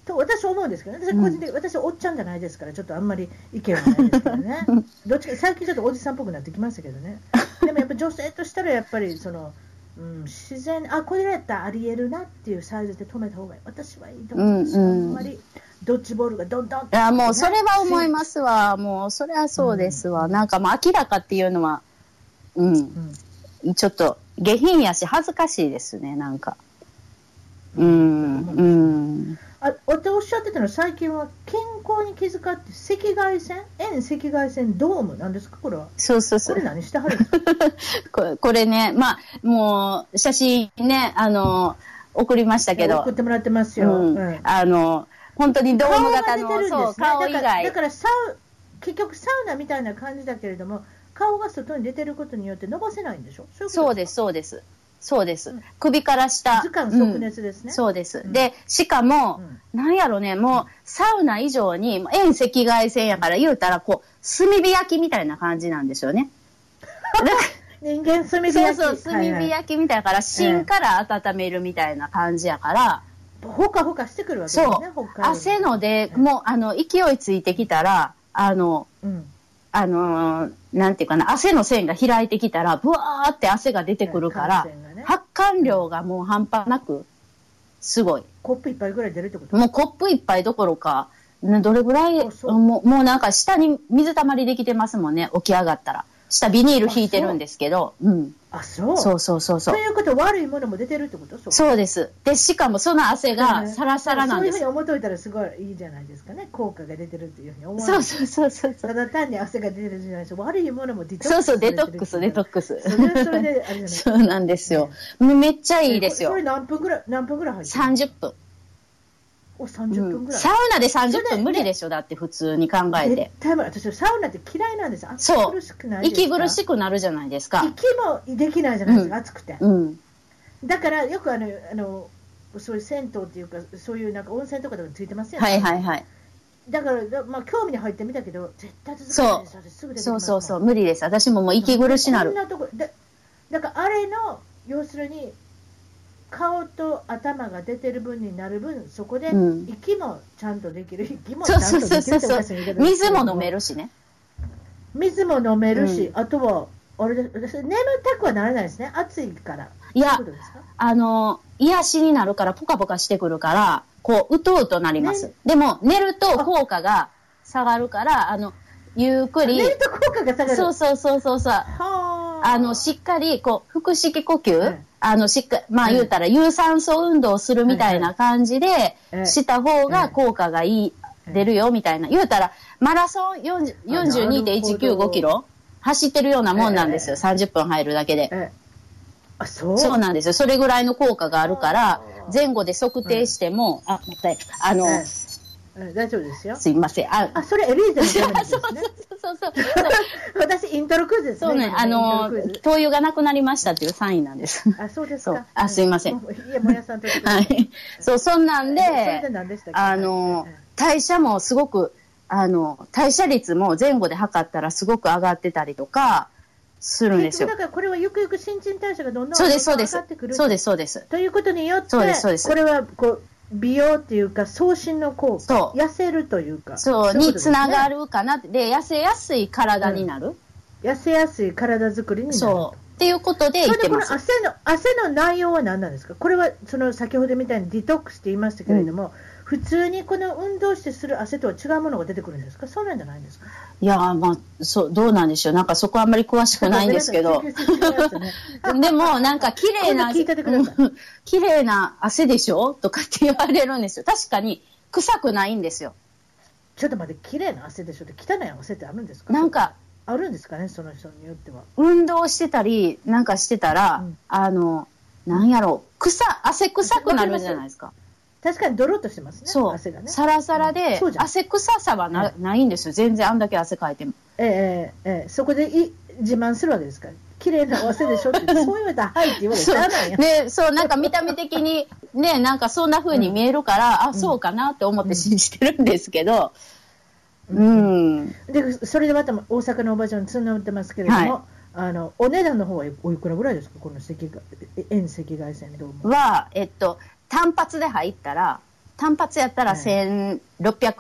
[SPEAKER 1] と私は思うんですけど、ね、私個人的、私おっちゃんじゃないですからちょっとあんまり意見はないですけど ねどっちか最近ちょっとおじさんっぽくなってきましたけどねでもやっぱ女性としたらやっぱりその、うん、自然あこれだったらありえるなっていうサイズで止めた方がいい私はいいと思います、
[SPEAKER 2] うん
[SPEAKER 1] あ
[SPEAKER 2] うん
[SPEAKER 1] んまりドッジボールがどんどんって
[SPEAKER 2] いや、もうそれは思いますわ。もうそれはそうですわ。なんかもう明らかっていうのは、うん。
[SPEAKER 1] うん
[SPEAKER 2] ちょっと下品やし恥ずかしいですね、なんか。うん、うん。
[SPEAKER 1] あ私おっしゃってたのは最近は健康に気遣って赤外線遠赤外線ドームなんですかこれは
[SPEAKER 2] そうそうそ
[SPEAKER 1] こ
[SPEAKER 2] う
[SPEAKER 1] れ。何してはるんですか
[SPEAKER 2] ここれね、まあ、もう、写真ね、あの、送りましたけど
[SPEAKER 1] 送っ、てもらってます
[SPEAKER 2] う
[SPEAKER 1] よ、
[SPEAKER 2] ん
[SPEAKER 1] うん
[SPEAKER 2] あの、本当にドーム型の、
[SPEAKER 1] 顔が出てるんですね
[SPEAKER 2] そう、顔以
[SPEAKER 1] だからだ
[SPEAKER 2] 外
[SPEAKER 1] か。らサウ結局サウナみたいな感じだけれども顔が外に出てることによって伸ばせないんでしょそういうこと
[SPEAKER 2] そうです、そうです。そうです
[SPEAKER 1] うん。
[SPEAKER 2] 首から下。
[SPEAKER 1] 図鑑
[SPEAKER 2] う
[SPEAKER 1] 即
[SPEAKER 2] ん
[SPEAKER 1] 熱ですね、
[SPEAKER 2] そうです
[SPEAKER 1] う。ん
[SPEAKER 2] で、しかも、
[SPEAKER 1] ん
[SPEAKER 2] なんやろね、もう、サウナ以上に、もう遠赤外線やから言うたら、こう、炭火焼きみたいな感じなんです よね。
[SPEAKER 1] 人間炭火
[SPEAKER 2] そう
[SPEAKER 1] 焼き
[SPEAKER 2] そう、炭
[SPEAKER 1] はいは
[SPEAKER 2] 火
[SPEAKER 1] い
[SPEAKER 2] 焼きみたいだから、芯から温めるみたいな感じやから、
[SPEAKER 1] ほかほかしてくるわけですね
[SPEAKER 2] そう
[SPEAKER 1] 北海道
[SPEAKER 2] 汗ので、
[SPEAKER 1] うん
[SPEAKER 2] もう、あの、勢いついてきたら、あの、
[SPEAKER 1] うん
[SPEAKER 2] あのーなんていうかな、汗の線が開いてきたら、ブワーって汗が出てくるから
[SPEAKER 1] 感、染がね
[SPEAKER 2] 発汗量がもう半端なく、すごい。
[SPEAKER 1] コップ一杯ぐらい出るってこと
[SPEAKER 2] もうコップ一杯どころか、ねどれぐらい、
[SPEAKER 1] あそう
[SPEAKER 2] もうもうなんか下に水たまりできてますもんね、起き上がったら。下ビニール引いてるんですけど、うん。
[SPEAKER 1] あそう
[SPEAKER 2] そうそうそうそ
[SPEAKER 1] と
[SPEAKER 2] う。
[SPEAKER 1] いうことは悪いものも出てるってことそう
[SPEAKER 2] そうです。で、しかもその汗がサラサラなんで
[SPEAKER 1] そういう
[SPEAKER 2] す
[SPEAKER 1] ふう。に思っといたらすごいいいじゃないですかね効果が出てるっていうふうに思わ
[SPEAKER 2] そう
[SPEAKER 1] ない
[SPEAKER 2] そうそうそう。
[SPEAKER 1] ただ単に汗が出てるじゃないですか悪いものもディトックス
[SPEAKER 2] そうそう、デトックス、
[SPEAKER 1] さ
[SPEAKER 2] デ
[SPEAKER 1] れてる
[SPEAKER 2] トックス。
[SPEAKER 1] それはそれであれじゃない
[SPEAKER 2] そうなんですよ。めっちゃいいです
[SPEAKER 1] こ
[SPEAKER 2] よ
[SPEAKER 1] れ。何分ぐらい何分ぐらい入ってる
[SPEAKER 2] 30分。
[SPEAKER 1] お
[SPEAKER 2] う
[SPEAKER 1] 三十分
[SPEAKER 2] ん
[SPEAKER 1] ぐらい
[SPEAKER 2] サウナで30
[SPEAKER 1] それ
[SPEAKER 2] 分無理でしょ、だって普通に考え
[SPEAKER 1] 絶
[SPEAKER 2] て。
[SPEAKER 1] 対無理私サウナって嫌いなんです暑
[SPEAKER 2] そう
[SPEAKER 1] 苦しくないですか
[SPEAKER 2] 息苦しくなるじゃないですか。
[SPEAKER 1] 息もできないじゃないですか、
[SPEAKER 2] う
[SPEAKER 1] 暑くて
[SPEAKER 2] うん。
[SPEAKER 1] だからよくあのあのそういう銭湯っていうかそういうなんか温泉とかでもついてますよね、
[SPEAKER 2] はいはいはい。
[SPEAKER 1] だからだまあ興味に入ってみたけど絶対続かないです私すぐ出てき
[SPEAKER 2] そ
[SPEAKER 1] ま
[SPEAKER 2] う
[SPEAKER 1] す
[SPEAKER 2] そうそう、
[SPEAKER 1] う
[SPEAKER 2] 無理です。私ももう息苦しな
[SPEAKER 1] こん
[SPEAKER 2] る。
[SPEAKER 1] なとこだだからあれの要するに顔と頭が出てる分になる分そこで
[SPEAKER 2] うん
[SPEAKER 1] 息もちゃんとできる息もち
[SPEAKER 2] そ
[SPEAKER 1] ゃ
[SPEAKER 2] うんそう
[SPEAKER 1] と
[SPEAKER 2] そう
[SPEAKER 1] できるっ
[SPEAKER 2] そう
[SPEAKER 1] てお
[SPEAKER 2] そ。
[SPEAKER 1] かしな言いう方ですけ
[SPEAKER 2] 水
[SPEAKER 1] ど
[SPEAKER 2] も飲めるしね。
[SPEAKER 1] 水も飲めるし、
[SPEAKER 2] う
[SPEAKER 1] あとはあれです私眠たくはならないですね暑いから
[SPEAKER 2] いや
[SPEAKER 1] そういうことですか
[SPEAKER 2] あの、癒しになるから、ポカポカしてくるから、こう、うとうとなります。でも、寝ると効果が下がるから、あの、ゆっくり
[SPEAKER 1] 寝、ると効果が下がる
[SPEAKER 2] そうそうそうそうそう。
[SPEAKER 1] は
[SPEAKER 2] あの、しっかり、こう、腹式呼
[SPEAKER 1] は
[SPEAKER 2] 吸
[SPEAKER 1] い、
[SPEAKER 2] あの、しっかり、まあ
[SPEAKER 1] はい
[SPEAKER 2] 言うたら、有酸素運動をするみたいな感じで
[SPEAKER 1] は、い
[SPEAKER 2] した方
[SPEAKER 1] は
[SPEAKER 2] が
[SPEAKER 1] い
[SPEAKER 2] 効果がいい、
[SPEAKER 1] はい
[SPEAKER 2] 出るよ、みたいな。言うたら、マラソン40
[SPEAKER 1] あなるほど
[SPEAKER 2] 42.195キロ走ってるようなもんなんですよ。
[SPEAKER 1] え
[SPEAKER 2] 30分入るだけで。
[SPEAKER 1] えあそう
[SPEAKER 2] そうなんですよ。それぐらいの効果があるから
[SPEAKER 1] あ、ー
[SPEAKER 2] 前後で測定しても、あ、待って、あの、
[SPEAKER 1] ええええ大丈夫ですよ
[SPEAKER 2] すいません。あ、
[SPEAKER 1] あそれエリーゼのためにですね
[SPEAKER 2] そうそう。
[SPEAKER 1] 私イントロクイズですね
[SPEAKER 2] そうね、
[SPEAKER 1] 今
[SPEAKER 2] あ
[SPEAKER 1] イン
[SPEAKER 2] の
[SPEAKER 1] トロクイズ、
[SPEAKER 2] 灯油がなくなりましたっていうサインなんです。
[SPEAKER 1] あそうです
[SPEAKER 2] そう
[SPEAKER 1] か
[SPEAKER 2] あすいません
[SPEAKER 1] ういやもやさんとして
[SPEAKER 2] はい。そう、そんなん
[SPEAKER 1] それで
[SPEAKER 2] で、
[SPEAKER 1] 何でしたっけ
[SPEAKER 2] あの
[SPEAKER 1] はい、
[SPEAKER 2] 代謝もすごく、あの、代謝率も前後で測ったらすごく上がってたりとか、するんです
[SPEAKER 1] 結
[SPEAKER 2] よ
[SPEAKER 1] 局。だからこれはゆくゆく新陳代謝がどんどん
[SPEAKER 2] そうです、そう
[SPEAKER 1] 上
[SPEAKER 2] で
[SPEAKER 1] が
[SPEAKER 2] す
[SPEAKER 1] ってく。る
[SPEAKER 2] そうです、そうです。
[SPEAKER 1] ということによって、
[SPEAKER 2] そうですそうです
[SPEAKER 1] これはこう美容っていうか、送信の効果、
[SPEAKER 2] そう
[SPEAKER 1] 痩せるというか、
[SPEAKER 2] そう、につなが
[SPEAKER 1] る、
[SPEAKER 2] るかなって、で、痩せやすい体になる。
[SPEAKER 1] 痩せやすい体作りになる
[SPEAKER 2] そう。っていうことで言
[SPEAKER 1] そ
[SPEAKER 2] っ
[SPEAKER 1] れで
[SPEAKER 2] て
[SPEAKER 1] この
[SPEAKER 2] ます。
[SPEAKER 1] 汗の汗の内容は何なんですか、これはその先ほどみたいにディトックスって言いましたけれども、普通にこの運動してする汗とは違うものが出てくるんですか、そうなんじゃないんですか。
[SPEAKER 2] いやー、まあ、そう、どうなんでしょう。なんかそこあんまり詳しくないんですけど
[SPEAKER 1] ごめ。んなさいちょっと説明しますね
[SPEAKER 2] でも、なんか、綺麗な、
[SPEAKER 1] 今度聞いててください
[SPEAKER 2] うん綺麗な汗でしょとかって言われるんですよ。確かに、臭くないんですよ。
[SPEAKER 1] ちょっと待って、綺麗な汗でしょって、汚い汗ってあるんですか、
[SPEAKER 2] なんか、
[SPEAKER 1] あるんですかね、その人によっては。
[SPEAKER 2] 運動してたり、なんかしてたら、
[SPEAKER 1] うん
[SPEAKER 2] あの、なんやろう、臭、汗臭くなるじゃないですか。
[SPEAKER 1] 確かにドロッとしてますね、
[SPEAKER 2] そう、
[SPEAKER 1] 汗がね。
[SPEAKER 2] サラサラ
[SPEAKER 1] うん
[SPEAKER 2] で
[SPEAKER 1] そう、じゃん
[SPEAKER 2] 汗臭さはな,、ないんですよ。全然あんだけ汗かいても。
[SPEAKER 1] ええええええそこでい自慢するわけですから、綺麗なお汗でしょ って言って、そう言われたら、はいって言われた
[SPEAKER 2] そう
[SPEAKER 1] ら、しゃあないやん。
[SPEAKER 2] ね、そう、なんか見た目的に、ね、なんかそんな風に見えるから、あ、そうかなって思って信じてるんですけど、うん。
[SPEAKER 1] で、それでまた大阪のおばちゃんに募ってますけれども、
[SPEAKER 2] はい
[SPEAKER 1] あのお値段の方はおいくらぐらいですか、この赤外え遠赤外線どうも。
[SPEAKER 2] は、えっと、単発で入ったら、単発やったら
[SPEAKER 1] はい
[SPEAKER 2] 1600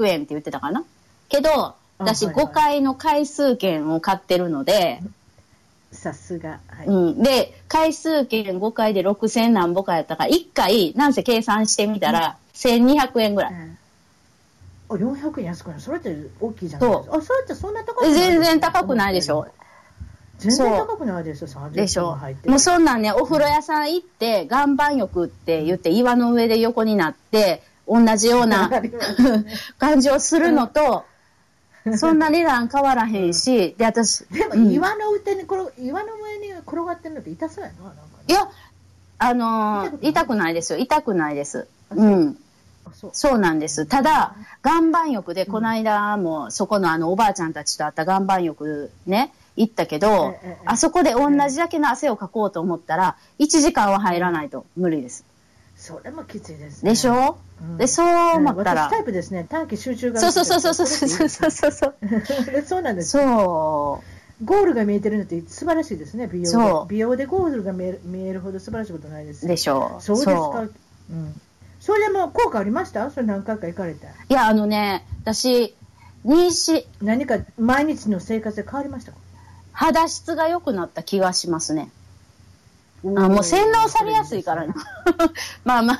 [SPEAKER 2] 円って言ってたかな。けど、私
[SPEAKER 1] はいはい
[SPEAKER 2] 5回の回数券を買ってるので、
[SPEAKER 1] さすが、はい
[SPEAKER 2] うん。で、回数券5回で6000何ぼかやったから、1回、なんせ計算してみたら、1200円ぐらい。
[SPEAKER 1] あ400円安くない、それって大きいじゃないですか、あそれってそんな高くない
[SPEAKER 2] 全然高くないでしょ。
[SPEAKER 1] 全然高くないですよ、30
[SPEAKER 2] でしょ
[SPEAKER 1] 分入って。
[SPEAKER 2] もうそんなんね、お風呂屋さん行って、岩盤浴って言って、岩の上で横になって、同じよ うな感じをするのと、そんな値段変わらへんし、で、私、
[SPEAKER 1] でも
[SPEAKER 2] うん
[SPEAKER 1] 岩の上に転が岩の上に転がってるのって痛そうやな、なんかね
[SPEAKER 2] いや、あのー
[SPEAKER 1] 痛
[SPEAKER 2] 痛
[SPEAKER 1] く
[SPEAKER 2] くないですよ。痛くないです。うん。
[SPEAKER 1] あそう
[SPEAKER 2] そうなんです。ただ、岩盤浴で、この間も、そこのあの、おばあちゃんたちと会った岩盤浴ね、行ったけど
[SPEAKER 1] ええええ、
[SPEAKER 2] あそこで同じだけの汗をかこうと思ったら、1時間は入らないと無理です。
[SPEAKER 1] それもきついです、ね。
[SPEAKER 2] でしょ、
[SPEAKER 1] うん
[SPEAKER 2] で、そう思った
[SPEAKER 1] ね
[SPEAKER 2] ら
[SPEAKER 1] 私タ、イプですね、短期集中が。
[SPEAKER 2] そうそうそうそうそうそうそうそうそう。
[SPEAKER 1] でそうなんです。
[SPEAKER 2] そ
[SPEAKER 1] ゴールが見えてるのって素晴らしいですね、美容
[SPEAKER 2] そ
[SPEAKER 1] で。
[SPEAKER 2] う
[SPEAKER 1] 美容でゴールが見える見えるほど素晴らしいことないですよ。
[SPEAKER 2] うでしょう。
[SPEAKER 1] そうですか。
[SPEAKER 2] そう
[SPEAKER 1] うん。それでも効果ありましたそれ何回か行かれた。
[SPEAKER 2] いや、あのね、私、妊娠、
[SPEAKER 1] 何か毎日の生活で変わりましたか
[SPEAKER 2] 肌質が良くなった気がしますね。あもう洗脳されやすいからな。 まあ まあ。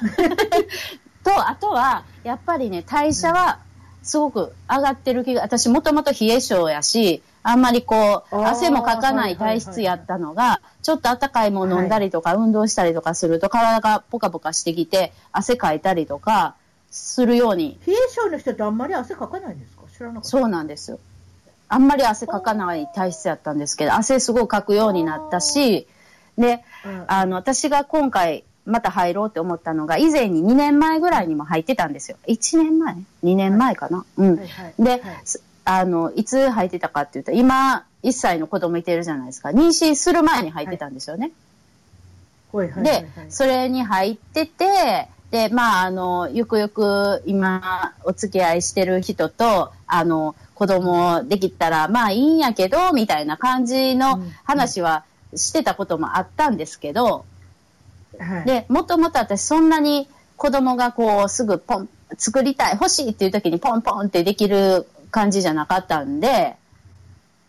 [SPEAKER 2] と、あとは、やっぱりね、代謝はすごく上がってる気が、私もともと冷え性やし、あんまりこう、
[SPEAKER 1] あー
[SPEAKER 2] 汗もかかない体質やったのが、ちょっと暖かいもの飲んだりとか、運動したりとかすると、体がポカポカしてきて、汗かいたりとか、するように、
[SPEAKER 1] 冷え性の人ってあんまり汗かかないんですか知らなかった。
[SPEAKER 2] そうなんですよ。あんまり汗かかない体質やったんですけど、汗すごいかくようになったし、で、
[SPEAKER 1] うん
[SPEAKER 2] あの、私が今回また入ろうって思ったのが、以前に2年前ぐらいにも入ってたんですよ。1年前 ?2 年前かな、うん。
[SPEAKER 1] はいはい
[SPEAKER 2] で、
[SPEAKER 1] はい
[SPEAKER 2] すあの、いつ入ってたかって言ったら、今、1歳の子供いてるじゃないですか。妊娠する前に入ってたんですよね。
[SPEAKER 1] はいはいはいはい
[SPEAKER 2] で、それに入ってて、で、まあ、あの、ゆくゆく今、お付き合いしてる人と、あの、子供できたら、まあいいんやけど、みたいな感じの話はしてたこともあったんですけど、
[SPEAKER 1] はい
[SPEAKER 2] で、もともと私そんなに子供がこうすぐポン、作りたい、欲しいっていう時にポンポンってできる感じじゃなかったんで、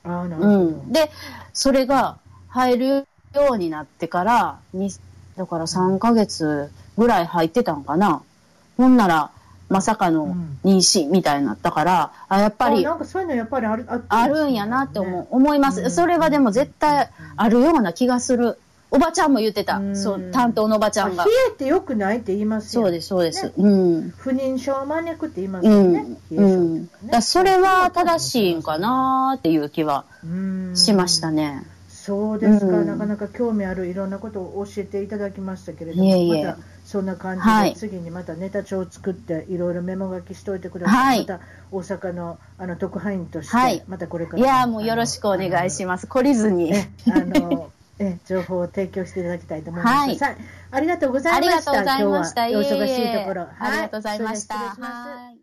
[SPEAKER 1] あーなるほ
[SPEAKER 2] う
[SPEAKER 1] ど
[SPEAKER 2] ん。で、それが入るようになってから、にだから3ヶ月ぐらい入ってたんかな。ほんなら、まさかの妊娠みたいになったから、あ、やっぱ
[SPEAKER 1] あ
[SPEAKER 2] り
[SPEAKER 1] なんかそういうのやっぱりあるあ
[SPEAKER 2] あるんやなって思う、
[SPEAKER 1] ね
[SPEAKER 2] 思いま
[SPEAKER 1] うん
[SPEAKER 2] す。それはでも絶対あるような気がする。おばちゃんも言ってた。
[SPEAKER 1] うん
[SPEAKER 2] そう、担当のおばちゃ
[SPEAKER 1] あ
[SPEAKER 2] ん
[SPEAKER 1] 冷
[SPEAKER 2] が。
[SPEAKER 1] えてよくないって言いますよ
[SPEAKER 2] そうです、そうです
[SPEAKER 1] ね。
[SPEAKER 2] うん。
[SPEAKER 1] 不妊症を招くって言います
[SPEAKER 2] う
[SPEAKER 1] よ
[SPEAKER 2] ん。
[SPEAKER 1] ね、冷え
[SPEAKER 2] う
[SPEAKER 1] 性
[SPEAKER 2] ん。だからそれは正しいんかなっていう気は
[SPEAKER 1] うん
[SPEAKER 2] しましたね。
[SPEAKER 1] そうですか、
[SPEAKER 2] うん
[SPEAKER 1] なかなか興味あるいろんなことを教えていただきましたけれども、
[SPEAKER 2] いえいえ
[SPEAKER 1] またそんな感じで、
[SPEAKER 2] はい
[SPEAKER 1] 次にまたネタ帳を作って、いろいろメモ書きしておいてください、
[SPEAKER 2] はい
[SPEAKER 1] また大阪のあの特派員として、
[SPEAKER 2] はい
[SPEAKER 1] またこれか
[SPEAKER 2] い
[SPEAKER 1] ら
[SPEAKER 2] やーもうよろしくお願いします。懲りずに。
[SPEAKER 1] す。 あのあのえ情報を提供していただきたいと思います。
[SPEAKER 2] はい
[SPEAKER 1] さあありがとうござ
[SPEAKER 2] あ
[SPEAKER 1] い
[SPEAKER 2] り
[SPEAKER 1] ま
[SPEAKER 2] が
[SPEAKER 1] し
[SPEAKER 2] と
[SPEAKER 1] た。
[SPEAKER 2] うございました。
[SPEAKER 1] 今日はお
[SPEAKER 2] いえいえ
[SPEAKER 1] 忙しいところ、
[SPEAKER 2] ありがとうございました。
[SPEAKER 1] それでは失礼します
[SPEAKER 2] はい